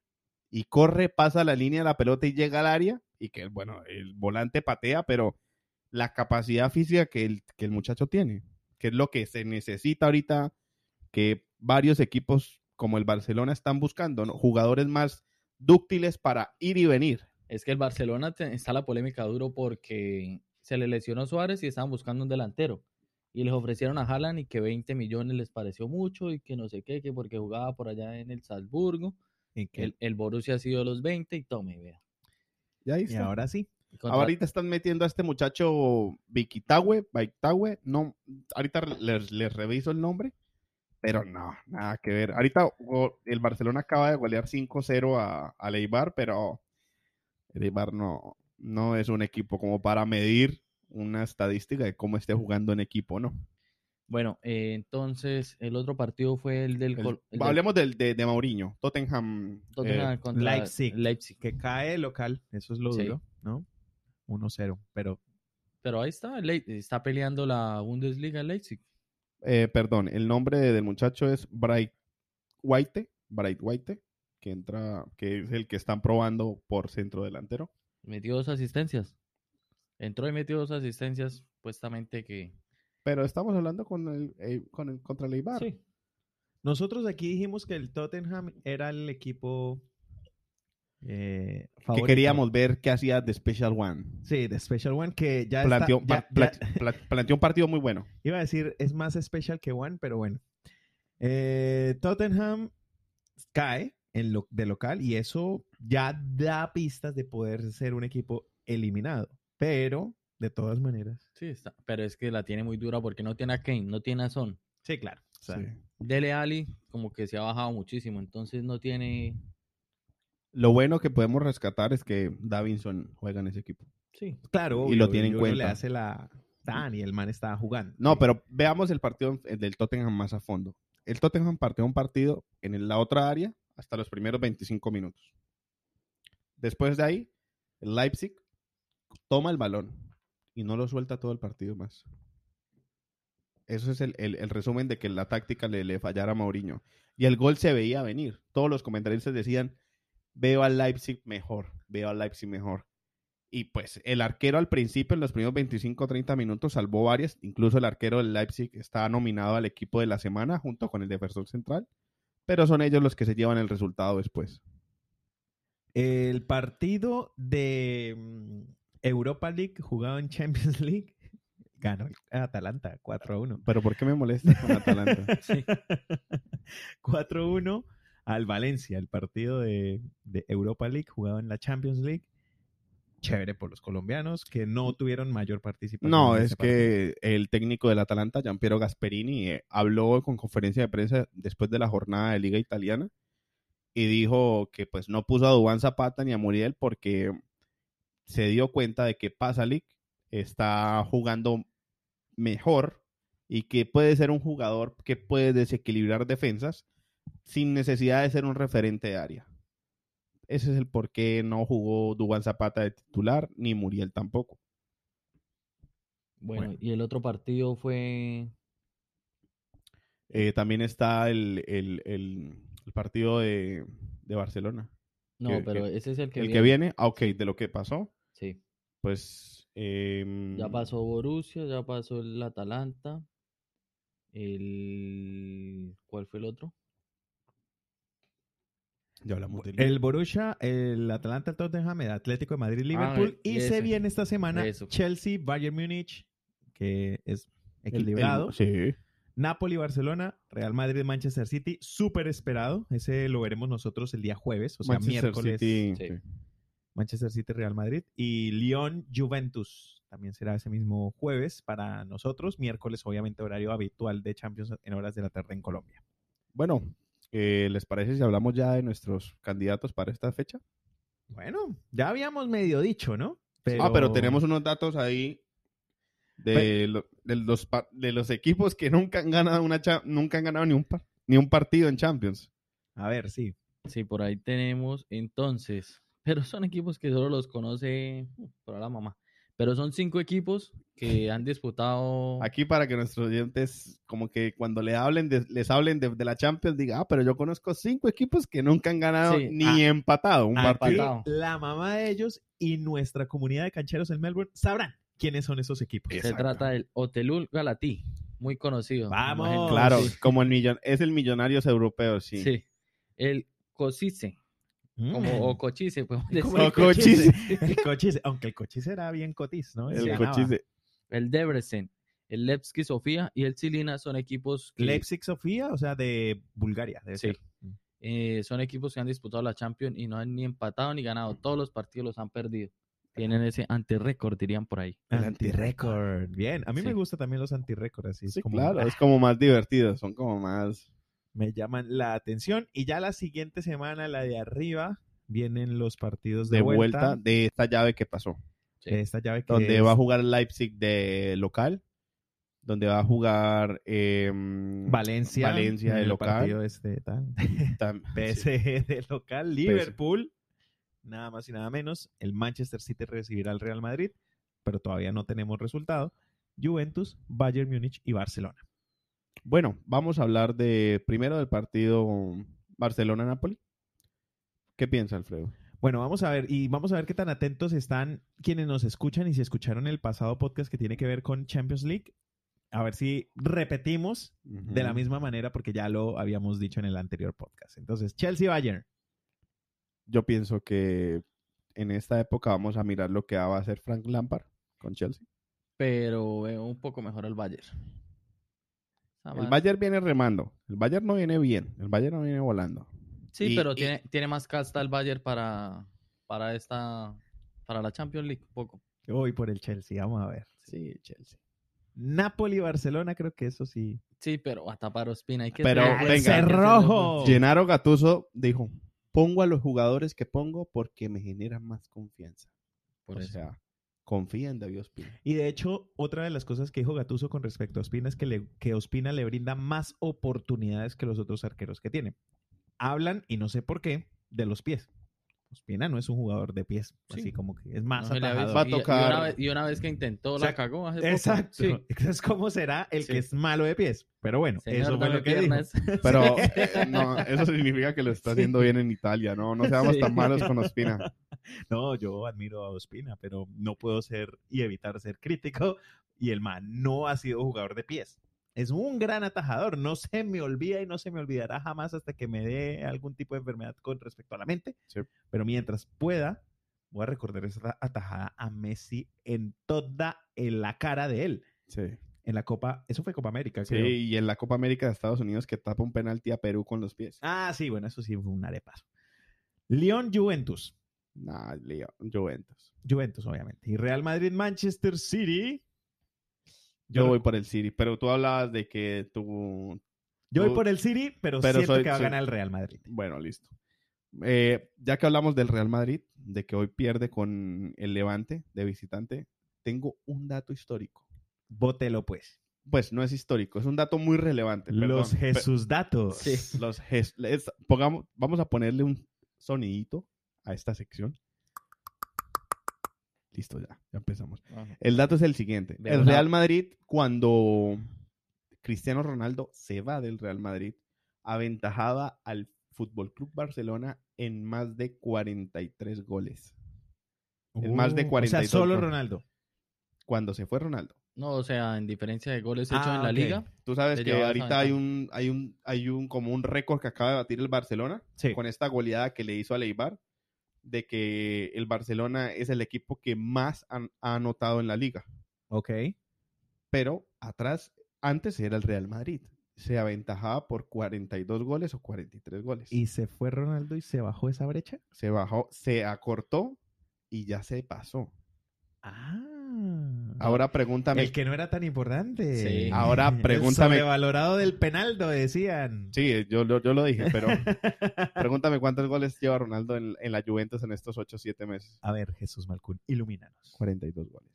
[SPEAKER 3] y corre, pasa la línea de la pelota y llega al área y que, bueno, el volante patea, pero la capacidad física que el, que el muchacho tiene, que es lo que se necesita ahorita, que varios equipos como el Barcelona están buscando, ¿no? jugadores más dúctiles para ir y venir.
[SPEAKER 2] Es que el Barcelona te- está la polémica duro porque se le lesionó Suárez y estaban buscando un delantero. Y les ofrecieron a Haaland y que 20 millones les pareció mucho y que no sé qué, que porque jugaba por allá en el Salzburgo.
[SPEAKER 1] ¿Y, qué?
[SPEAKER 2] El, el Borussia ha sido los 20 y tome, vea.
[SPEAKER 3] Ya ahí
[SPEAKER 1] Y
[SPEAKER 3] está.
[SPEAKER 1] ahora sí.
[SPEAKER 2] Contra-
[SPEAKER 3] Ahorita están metiendo a este muchacho Vikitahue, Baitahue, no, ahorita les, les reviso el nombre, pero no, nada que ver. Ahorita go- el Barcelona acaba de golear 5-0 a, a Leibar, pero el Eibar no, no es un equipo como para medir una estadística de cómo esté jugando en equipo, ¿no?
[SPEAKER 2] Bueno, eh, entonces el otro partido fue el del...
[SPEAKER 3] El-
[SPEAKER 2] Col- el del
[SPEAKER 3] hablemos del, de, de Mauriño, Tottenham. eh,
[SPEAKER 2] Tottenham contra
[SPEAKER 1] Leipzig.
[SPEAKER 2] Leipzig.
[SPEAKER 1] Que cae local. Eso es lo
[SPEAKER 2] Sí.
[SPEAKER 1] duro, ¿no? 1-0. Pero
[SPEAKER 2] Pero ahí está, Lei- está peleando la Bundesliga Leipzig.
[SPEAKER 3] eh, perdón, el nombre del muchacho es Bright White, Bright White, que entra, que es el que están probando por centro delantero.
[SPEAKER 2] Metió dos asistencias. Entró y metió dos asistencias, supuestamente que...
[SPEAKER 3] Pero estamos hablando con el, eh, con el contra el Eibar.
[SPEAKER 2] Sí.
[SPEAKER 1] Nosotros aquí dijimos que el Tottenham era el equipo eh, favorito.
[SPEAKER 3] Que queríamos ver qué hacía The Special One.
[SPEAKER 1] Sí, de Special One, que ya, está-
[SPEAKER 3] Planteó,
[SPEAKER 1] ya-
[SPEAKER 3] pa- pla- pla- planteó un partido muy bueno.
[SPEAKER 1] ya- iba a decir es más especial que One, pero bueno. Eh, Tottenham cae en lo, de local y eso ya da pistas de poder ser un equipo eliminado. Pero, de todas maneras.
[SPEAKER 2] Sí, está. Pero es que la tiene muy dura porque no tiene a Kane, no tiene a Son.
[SPEAKER 1] Sí, claro.
[SPEAKER 3] Sí.
[SPEAKER 2] Dele Ali como que se ha bajado muchísimo, entonces no tiene
[SPEAKER 3] Lo bueno que podemos rescatar es que Davinson juega en ese equipo.
[SPEAKER 1] Sí. Claro.
[SPEAKER 3] Y lo tiene en
[SPEAKER 1] yo creo que
[SPEAKER 3] cuenta.
[SPEAKER 1] Le hace la tan y el man está jugando.
[SPEAKER 3] No, pero veamos el partido en- del Tottenham más a fondo. El Tottenham partió un partido en el- la otra área hasta los primeros 25 minutos. Después de ahí, el Leipzig toma el balón y no lo suelta todo el partido más. Eso es el, el- el resumen de que la táctica le, le fallara a Mourinho. Y el gol se veía venir. Todos los comentaristas decían, veo al Leipzig mejor, veo al Leipzig mejor. Y pues el arquero al principio, en los primeros 25 o 30 minutos, salvó varias. Incluso el arquero del Leipzig está nominado al equipo de la semana junto con el defensor central. Pero son ellos los que se llevan el resultado después.
[SPEAKER 1] El partido de mm, Europa League jugado en Champions League ganó el Atalanta 4-1.
[SPEAKER 3] Pero ¿por qué me molesta con Atalanta?
[SPEAKER 1] 4-1 al Valencia, el partido de, de Europa League jugado en la Champions League. Chévere por los colombianos que no tuvieron mayor participación.
[SPEAKER 3] no,
[SPEAKER 1] en
[SPEAKER 3] es
[SPEAKER 1] ese partido.
[SPEAKER 3] que el técnico del Atalanta, Giampiero Gasperini, eh, habló con conferencia de prensa después de la jornada de Liga Italiana y dijo que pues no puso a Dubán Zapata ni a Muriel porque se dio cuenta de que Pasalic está jugando mejor y que puede ser un jugador que puede desequilibrar defensas sin necesidad de ser un referente de área. Ese es el por qué no jugó Dubán Zapata de titular ni Muriel tampoco.
[SPEAKER 2] Bueno, y el otro partido fue
[SPEAKER 3] Eh, también está el, el- el- el partido de, de Barcelona.
[SPEAKER 2] no,
[SPEAKER 3] que-
[SPEAKER 2] pero
[SPEAKER 3] que-
[SPEAKER 2] ese es el que
[SPEAKER 3] el
[SPEAKER 2] viene.
[SPEAKER 3] que viene, ah, ok, de lo que pasó,
[SPEAKER 2] Sí.
[SPEAKER 3] pues... em,
[SPEAKER 2] Ya pasó Borussia, ya pasó el Atalanta. El ¿cuál fue el otro?
[SPEAKER 3] Ya hablamos del-
[SPEAKER 1] El Borussia, el Atalanta, el Tottenham, el Atlético de Madrid, Liverpool.
[SPEAKER 2] y
[SPEAKER 1] y se
[SPEAKER 2] Ah, e ese.
[SPEAKER 1] viene esta semana
[SPEAKER 2] Eso.
[SPEAKER 1] Chelsea, Bayern Múnich, que es
[SPEAKER 3] el- el-
[SPEAKER 1] equilibrado.
[SPEAKER 3] sí.
[SPEAKER 1] Napoli, Barcelona, Real Madrid, Manchester City, súper esperado. Ese lo veremos nosotros el día jueves, o sea,
[SPEAKER 3] Manchester
[SPEAKER 1] miércoles.
[SPEAKER 3] City,
[SPEAKER 2] Sí.
[SPEAKER 3] sí.
[SPEAKER 1] Manchester City, Real Madrid. Y Lyon, Juventus. También será ese mismo jueves para nosotros. Miércoles, obviamente, horario habitual de Champions en horas de la tarde en Colombia.
[SPEAKER 3] Bueno, eh, ¿les parece si hablamos ya de nuestros candidatos para esta fecha?
[SPEAKER 1] Bueno, ya habíamos medio dicho, ¿no?
[SPEAKER 3] Ah, pero tenemos unos datos ahí de, lo- de los, pa- de los equipos que nunca han ganado una cha- nunca han ganado ni un, par- ni un partido en Champions.
[SPEAKER 1] A ver, sí.
[SPEAKER 2] Sí, por ahí tenemos entonces, pero son equipos que solo los conoce uh, por ahora la mamá. Pero son cinco equipos que han disputado
[SPEAKER 3] Aquí para que nuestros oyentes, como que cuando le hablen de- les hablen de, de la Champions, diga, ah, pero yo conozco cinco equipos que nunca han ganado
[SPEAKER 2] Sí,
[SPEAKER 3] ni
[SPEAKER 1] ah,
[SPEAKER 3] empatado un
[SPEAKER 1] Aquí,
[SPEAKER 3] partido.
[SPEAKER 2] empatado.
[SPEAKER 1] la mamá de ellos y nuestra comunidad de cancheros en Melbourne sabrán quiénes son esos equipos.
[SPEAKER 3] Eso.
[SPEAKER 2] Se
[SPEAKER 3] Exacto.
[SPEAKER 2] trata del Hotelul Galatí, muy conocido. me
[SPEAKER 1] Vamos.
[SPEAKER 2] imagino.
[SPEAKER 3] Claro,
[SPEAKER 1] Sí.
[SPEAKER 3] como el millon, es el millonarios europeo, sí.
[SPEAKER 2] Sí. El Cosice,
[SPEAKER 1] Mm.
[SPEAKER 2] como, o Cochice, podemos decir.
[SPEAKER 1] Como
[SPEAKER 3] el cochise.
[SPEAKER 1] El cochise, aunque el cochise era bien cotiz, ¿no?
[SPEAKER 3] El
[SPEAKER 1] Se ganaba.
[SPEAKER 3] cochise.
[SPEAKER 2] El Debrecen, el Levski Sofía y el Cilina son equipos que,
[SPEAKER 1] Leipzig Sofía, o sea, de Bulgaria, debe
[SPEAKER 2] Sí.
[SPEAKER 1] ser.
[SPEAKER 2] eh, son equipos que han disputado la Champions y no han ni empatado ni ganado. Todos los partidos los han perdido. Tienen ese antirécord, dirían por ahí.
[SPEAKER 1] El antirécord. Bien. A mí me
[SPEAKER 2] Sí.
[SPEAKER 1] gustan también los antirécords, así es
[SPEAKER 3] Sí,
[SPEAKER 1] como
[SPEAKER 3] claro,
[SPEAKER 1] ah,
[SPEAKER 3] es como más divertido, son como más...
[SPEAKER 1] me llaman la atención. Y ya la siguiente semana, la de arriba, vienen los partidos Pues de,
[SPEAKER 3] de vuelta, de esta llave que pasó.
[SPEAKER 1] de esta llave que
[SPEAKER 3] Donde
[SPEAKER 1] es-
[SPEAKER 3] va a jugar Leipzig de local, donde va a jugar eh,
[SPEAKER 1] Valencia,
[SPEAKER 3] Valencia de
[SPEAKER 1] en el
[SPEAKER 3] local.
[SPEAKER 1] partido este tal.
[SPEAKER 3] tam- sí.
[SPEAKER 1] PSG de local, Liverpool, nada más y nada menos. El Manchester City recibirá al Real Madrid, pero todavía no tenemos resultado. Juventus, Bayern Múnich y Barcelona.
[SPEAKER 3] Bueno, vamos a hablar de primero del partido Barcelona-Napoli. ¿Qué piensa Alfredo?
[SPEAKER 1] Bueno, vamos a ver y vamos a ver qué tan atentos están quienes nos escuchan y si escucharon el pasado podcast que tiene que ver con Champions League. A ver si repetimos de
[SPEAKER 3] Mm.
[SPEAKER 1] la misma manera porque ya lo habíamos dicho en el anterior podcast. Entonces, Chelsea Bayern.
[SPEAKER 3] Yo pienso que en esta época vamos a mirar lo que va a hacer Frank Lampard con Chelsea.
[SPEAKER 2] Pero veo un poco mejor al Bayern. Ah,
[SPEAKER 3] El
[SPEAKER 2] man.
[SPEAKER 3] Bayern viene remando. El Bayern no viene bien. El Bayern no viene volando.
[SPEAKER 2] Sí,
[SPEAKER 3] y-
[SPEAKER 2] pero
[SPEAKER 3] y-
[SPEAKER 2] tiene, tiene más casta el Bayern para, para esta para la Champions League un poco.
[SPEAKER 1] Hoy por el Chelsea, vamos a ver.
[SPEAKER 3] Sí, Chelsea.
[SPEAKER 1] Napoli Barcelona, creo que eso sí.
[SPEAKER 2] Sí, pero hasta para Ospina hay que
[SPEAKER 3] Pero,
[SPEAKER 2] hacerlo,
[SPEAKER 3] venga.
[SPEAKER 1] Oh.
[SPEAKER 2] hay que hacerlo,
[SPEAKER 1] Cerrojo.
[SPEAKER 3] Gennaro Gatuso dijo, pongo a los jugadores que pongo porque me generan más confianza.
[SPEAKER 2] Por
[SPEAKER 3] o
[SPEAKER 2] eso.
[SPEAKER 3] sea, confía en David Ospina.
[SPEAKER 1] Y de hecho, otra de las cosas que dijo Gatuso con respecto a Ospina es que, le- que Ospina le brinda más oportunidades que los otros arqueros que tiene. Hablan, y no sé por qué, de los pies. Ospina no es un jugador de pies,
[SPEAKER 2] Sí.
[SPEAKER 1] así como que es más
[SPEAKER 2] Ah, No se le
[SPEAKER 1] atajador.
[SPEAKER 2] avisa.
[SPEAKER 3] Va a
[SPEAKER 2] Y- y una
[SPEAKER 3] tocar.
[SPEAKER 2] vez- Y, una vez que intentó,
[SPEAKER 1] O sea,
[SPEAKER 2] la cagó. hace poco.
[SPEAKER 1] Exacto.
[SPEAKER 2] Sí.
[SPEAKER 1] Es como será el
[SPEAKER 2] Sí.
[SPEAKER 1] que es malo de pies. Pero bueno,
[SPEAKER 2] Señor,
[SPEAKER 1] eso fue
[SPEAKER 2] dame
[SPEAKER 1] lo que dijo.
[SPEAKER 2] piernas.
[SPEAKER 6] Pero
[SPEAKER 3] Pero eh, no, eso significa que lo está haciendo bien en Italia, ¿no? No seamos
[SPEAKER 2] Sí.
[SPEAKER 3] tan malos con Ospina.
[SPEAKER 1] No, yo admiro a Ospina, pero no puedo ser y evitar ser crítico. Y el man no ha sido jugador de pies. Es un gran atajador. No se me olvida y no se me olvidará jamás hasta que me dé algún tipo de enfermedad con respecto a la mente.
[SPEAKER 6] Sí.
[SPEAKER 1] Pero mientras pueda, voy a recordar esa atajada a Messi en toda en la cara de él.
[SPEAKER 3] Sí.
[SPEAKER 1] En la Copa, eso fue Copa América,
[SPEAKER 3] Sí,
[SPEAKER 1] creo.
[SPEAKER 3] y en la Copa América de Estados Unidos que tapa un penalti a Perú con los pies.
[SPEAKER 1] Ah, sí, bueno, eso sí fue un arepazo. León Juventus.
[SPEAKER 3] Nah, Leo, Juventus.
[SPEAKER 1] Juventus, obviamente. Y Real Madrid, Manchester City.
[SPEAKER 3] Yo
[SPEAKER 1] Yo-
[SPEAKER 3] voy por el City, pero tú hablabas de que tú...
[SPEAKER 1] Yo voy
[SPEAKER 3] Tú-
[SPEAKER 1] por el City, pero,
[SPEAKER 3] pero
[SPEAKER 1] siento
[SPEAKER 3] soy-
[SPEAKER 1] que va a
[SPEAKER 3] soy-
[SPEAKER 1] ganar el Real Madrid.
[SPEAKER 3] Bueno, listo. Eh, ya que hablamos del Real Madrid, de que hoy pierde con el Levante de visitante, tengo un dato histórico.
[SPEAKER 1] Bótelo, pues.
[SPEAKER 3] Pues no es histórico, es un dato muy relevante.
[SPEAKER 1] Los
[SPEAKER 3] perdón. Pe-
[SPEAKER 1] Jesús datos.
[SPEAKER 2] Sí.
[SPEAKER 3] los ges- les- pongamos, vamos a ponerle un sonidito a esta sección. Listo, ya, ya empezamos. El dato es el siguiente.
[SPEAKER 1] De
[SPEAKER 3] el
[SPEAKER 1] verdad.
[SPEAKER 3] Real Madrid, cuando Cristiano Ronaldo se va del Real Madrid, aventajaba al Fútbol Club Barcelona en más de 43 goles. Es más de
[SPEAKER 1] Uh, O
[SPEAKER 3] 42
[SPEAKER 1] sea, solo
[SPEAKER 3] goles.
[SPEAKER 1] Ronaldo.
[SPEAKER 3] Cuando se fue Ronaldo.
[SPEAKER 2] No, o sea, en diferencia de goles hechos
[SPEAKER 1] Ah,
[SPEAKER 2] en la
[SPEAKER 1] ok.
[SPEAKER 2] liga.
[SPEAKER 3] Tú sabes
[SPEAKER 2] Te
[SPEAKER 3] que
[SPEAKER 2] llevaba esa
[SPEAKER 3] ahorita
[SPEAKER 2] ventaja.
[SPEAKER 3] hay un, hay un, hay un, como un récord que acaba de batir el Barcelona.
[SPEAKER 1] Sí.
[SPEAKER 3] con esta goleada que le hizo a Leibar, de que el Barcelona es el equipo que más han- ha anotado en la liga.
[SPEAKER 1] Ok.
[SPEAKER 3] Pero atrás, antes era el Real Madrid. Se aventajaba por 42 goles o 43 goles.
[SPEAKER 1] Y se fue Ronaldo y se bajó esa brecha.
[SPEAKER 3] se bajó, se acortó y ya se pasó.
[SPEAKER 1] Ah.
[SPEAKER 3] Ahora pregúntame.
[SPEAKER 1] el que no era tan importante.
[SPEAKER 2] Sí.
[SPEAKER 3] Ahora pregúntame-
[SPEAKER 1] El sobrevalorado del penaldo, decían.
[SPEAKER 3] Sí, eh, yo, lo- yo lo dije, pero pregúntame cuántos goles lleva Ronaldo en, en la Juventus en estos 8 o 7 meses.
[SPEAKER 1] A ver, Jesús Malcún, ilumínanos.
[SPEAKER 3] 42 goles.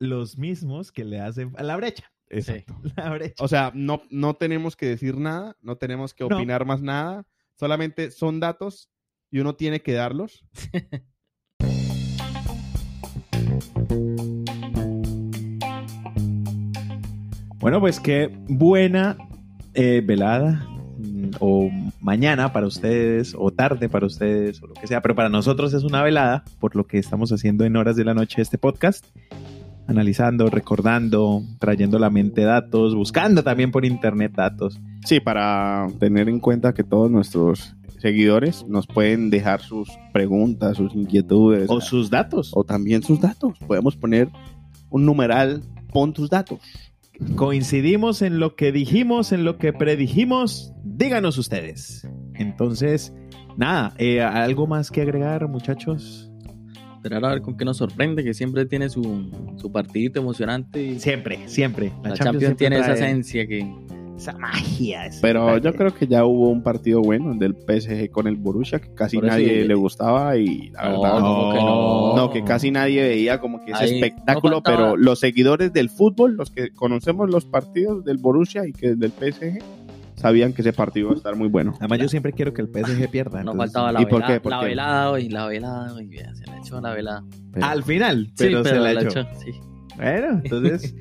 [SPEAKER 1] Los mismos que le hacen a la brecha.
[SPEAKER 3] Exacto.
[SPEAKER 1] La brecha.
[SPEAKER 3] O sea, no, no tenemos que decir nada, no tenemos que
[SPEAKER 1] No.
[SPEAKER 3] opinar más nada, solamente son datos y uno tiene que darlos.
[SPEAKER 1] Bueno, pues qué buena eh, velada mm, o mañana para ustedes o tarde para ustedes o lo que sea, pero para nosotros es una velada por lo que estamos haciendo en horas de la noche este podcast, analizando, recordando, trayendo a la mente datos, buscando también por internet datos.
[SPEAKER 6] Sí, para tener en cuenta que todos nuestros seguidores nos pueden dejar sus preguntas, sus inquietudes
[SPEAKER 1] O sus datos.
[SPEAKER 6] o también sus datos. Podemos poner un numeral, pon tus datos.
[SPEAKER 1] Coincidimos en lo que dijimos, en lo que predijimos, díganos ustedes. Entonces, nada, eh, ¿algo más que agregar muchachos?
[SPEAKER 2] Esperar a ver con qué nos sorprende, que siempre tiene su, su partidito emocionante. Y
[SPEAKER 1] Siempre, siempre.
[SPEAKER 2] la, Champions, tiene esa
[SPEAKER 1] sensación
[SPEAKER 2] esencia que
[SPEAKER 1] esa magia. esa
[SPEAKER 6] Pero
[SPEAKER 1] magia.
[SPEAKER 6] yo creo que ya hubo un partido bueno el del PSG con el Borussia que casi
[SPEAKER 2] Por eso
[SPEAKER 6] nadie
[SPEAKER 2] yo-
[SPEAKER 6] le gustaba y la
[SPEAKER 2] No,
[SPEAKER 6] verdad
[SPEAKER 2] ¿cómo que no?
[SPEAKER 6] No, que casi nadie veía como que ese
[SPEAKER 2] Ahí no
[SPEAKER 6] espectáculo,
[SPEAKER 2] faltaba.
[SPEAKER 6] pero los seguidores del fútbol, los que conocemos los partidos del Borussia y que del PSG, sabían que ese partido iba a estar muy bueno.
[SPEAKER 1] Además, yo siempre quiero que el PSG pierda.
[SPEAKER 2] no
[SPEAKER 1] entonces-
[SPEAKER 2] faltaba la
[SPEAKER 6] ¿y por
[SPEAKER 2] velada.
[SPEAKER 6] qué? ¿Por
[SPEAKER 2] la
[SPEAKER 6] qué?
[SPEAKER 2] velada hoy, la velada hoy. vea, Se la echó la velada.
[SPEAKER 6] Pero-
[SPEAKER 1] Al final,
[SPEAKER 2] Sí,
[SPEAKER 1] pero, se la, echó.
[SPEAKER 2] echó, sí.
[SPEAKER 1] Bueno, entonces,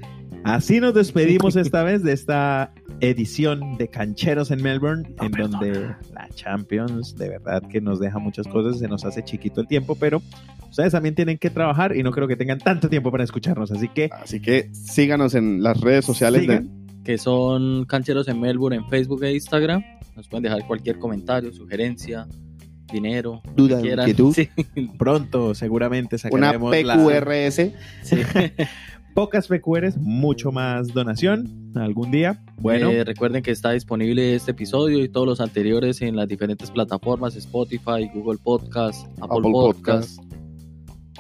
[SPEAKER 1] así nos despedimos esta vez de esta edición de Cancheros en Melbourne, en donde la Champions, de verdad que nos deja muchas cosas, se nos hace chiquito el tiempo, pero ustedes también tienen que trabajar y no creo que tengan tanto tiempo para escucharnos. Así que,
[SPEAKER 6] Así que síganos en las redes sociales de,
[SPEAKER 1] sigan.
[SPEAKER 2] que son Cancheros en Melbourne en Facebook e Instagram. Nos pueden dejar cualquier comentario, sugerencia, dinero, lo que
[SPEAKER 6] Duda,
[SPEAKER 2] quieran.
[SPEAKER 6] inquietud.
[SPEAKER 2] Sí,
[SPEAKER 1] pronto, seguramente
[SPEAKER 6] una
[SPEAKER 1] sacaremos la-
[SPEAKER 6] PQRS.
[SPEAKER 2] sí.
[SPEAKER 1] pocas PQRs, mucho más donación algún día. Bueno.
[SPEAKER 2] Eh, recuerden que está disponible este episodio y todos los anteriores en las diferentes plataformas Spotify, Google Podcast, Apple,
[SPEAKER 6] Apple
[SPEAKER 2] Podcast.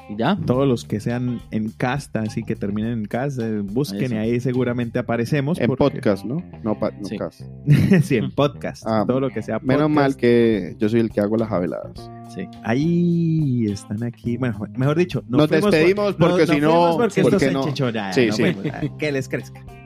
[SPEAKER 2] Y ya.
[SPEAKER 1] Todos los que sean en casta, así que terminen en casta, eh, busquen
[SPEAKER 2] Eso.
[SPEAKER 1] y ahí seguramente aparecemos.
[SPEAKER 3] En
[SPEAKER 1] porque-
[SPEAKER 3] podcast, ¿no? No, pa- no
[SPEAKER 2] Sí.
[SPEAKER 3] cast.
[SPEAKER 1] sí, en podcast.
[SPEAKER 3] Ah,
[SPEAKER 1] todo lo que sea
[SPEAKER 3] Menos
[SPEAKER 1] podcast.
[SPEAKER 3] mal que yo soy el que hago las javeladas.
[SPEAKER 2] Sí.
[SPEAKER 1] Ahí están aquí. Bueno, mejor dicho,
[SPEAKER 3] Nos
[SPEAKER 1] fuimos
[SPEAKER 3] despedimos porque si no-
[SPEAKER 1] fuimos porque esto
[SPEAKER 3] porque
[SPEAKER 1] se
[SPEAKER 3] no.
[SPEAKER 1] enchichó ya,
[SPEAKER 3] Sí,
[SPEAKER 1] nos
[SPEAKER 3] sí.
[SPEAKER 1] fuimos, ya, Que les crezca.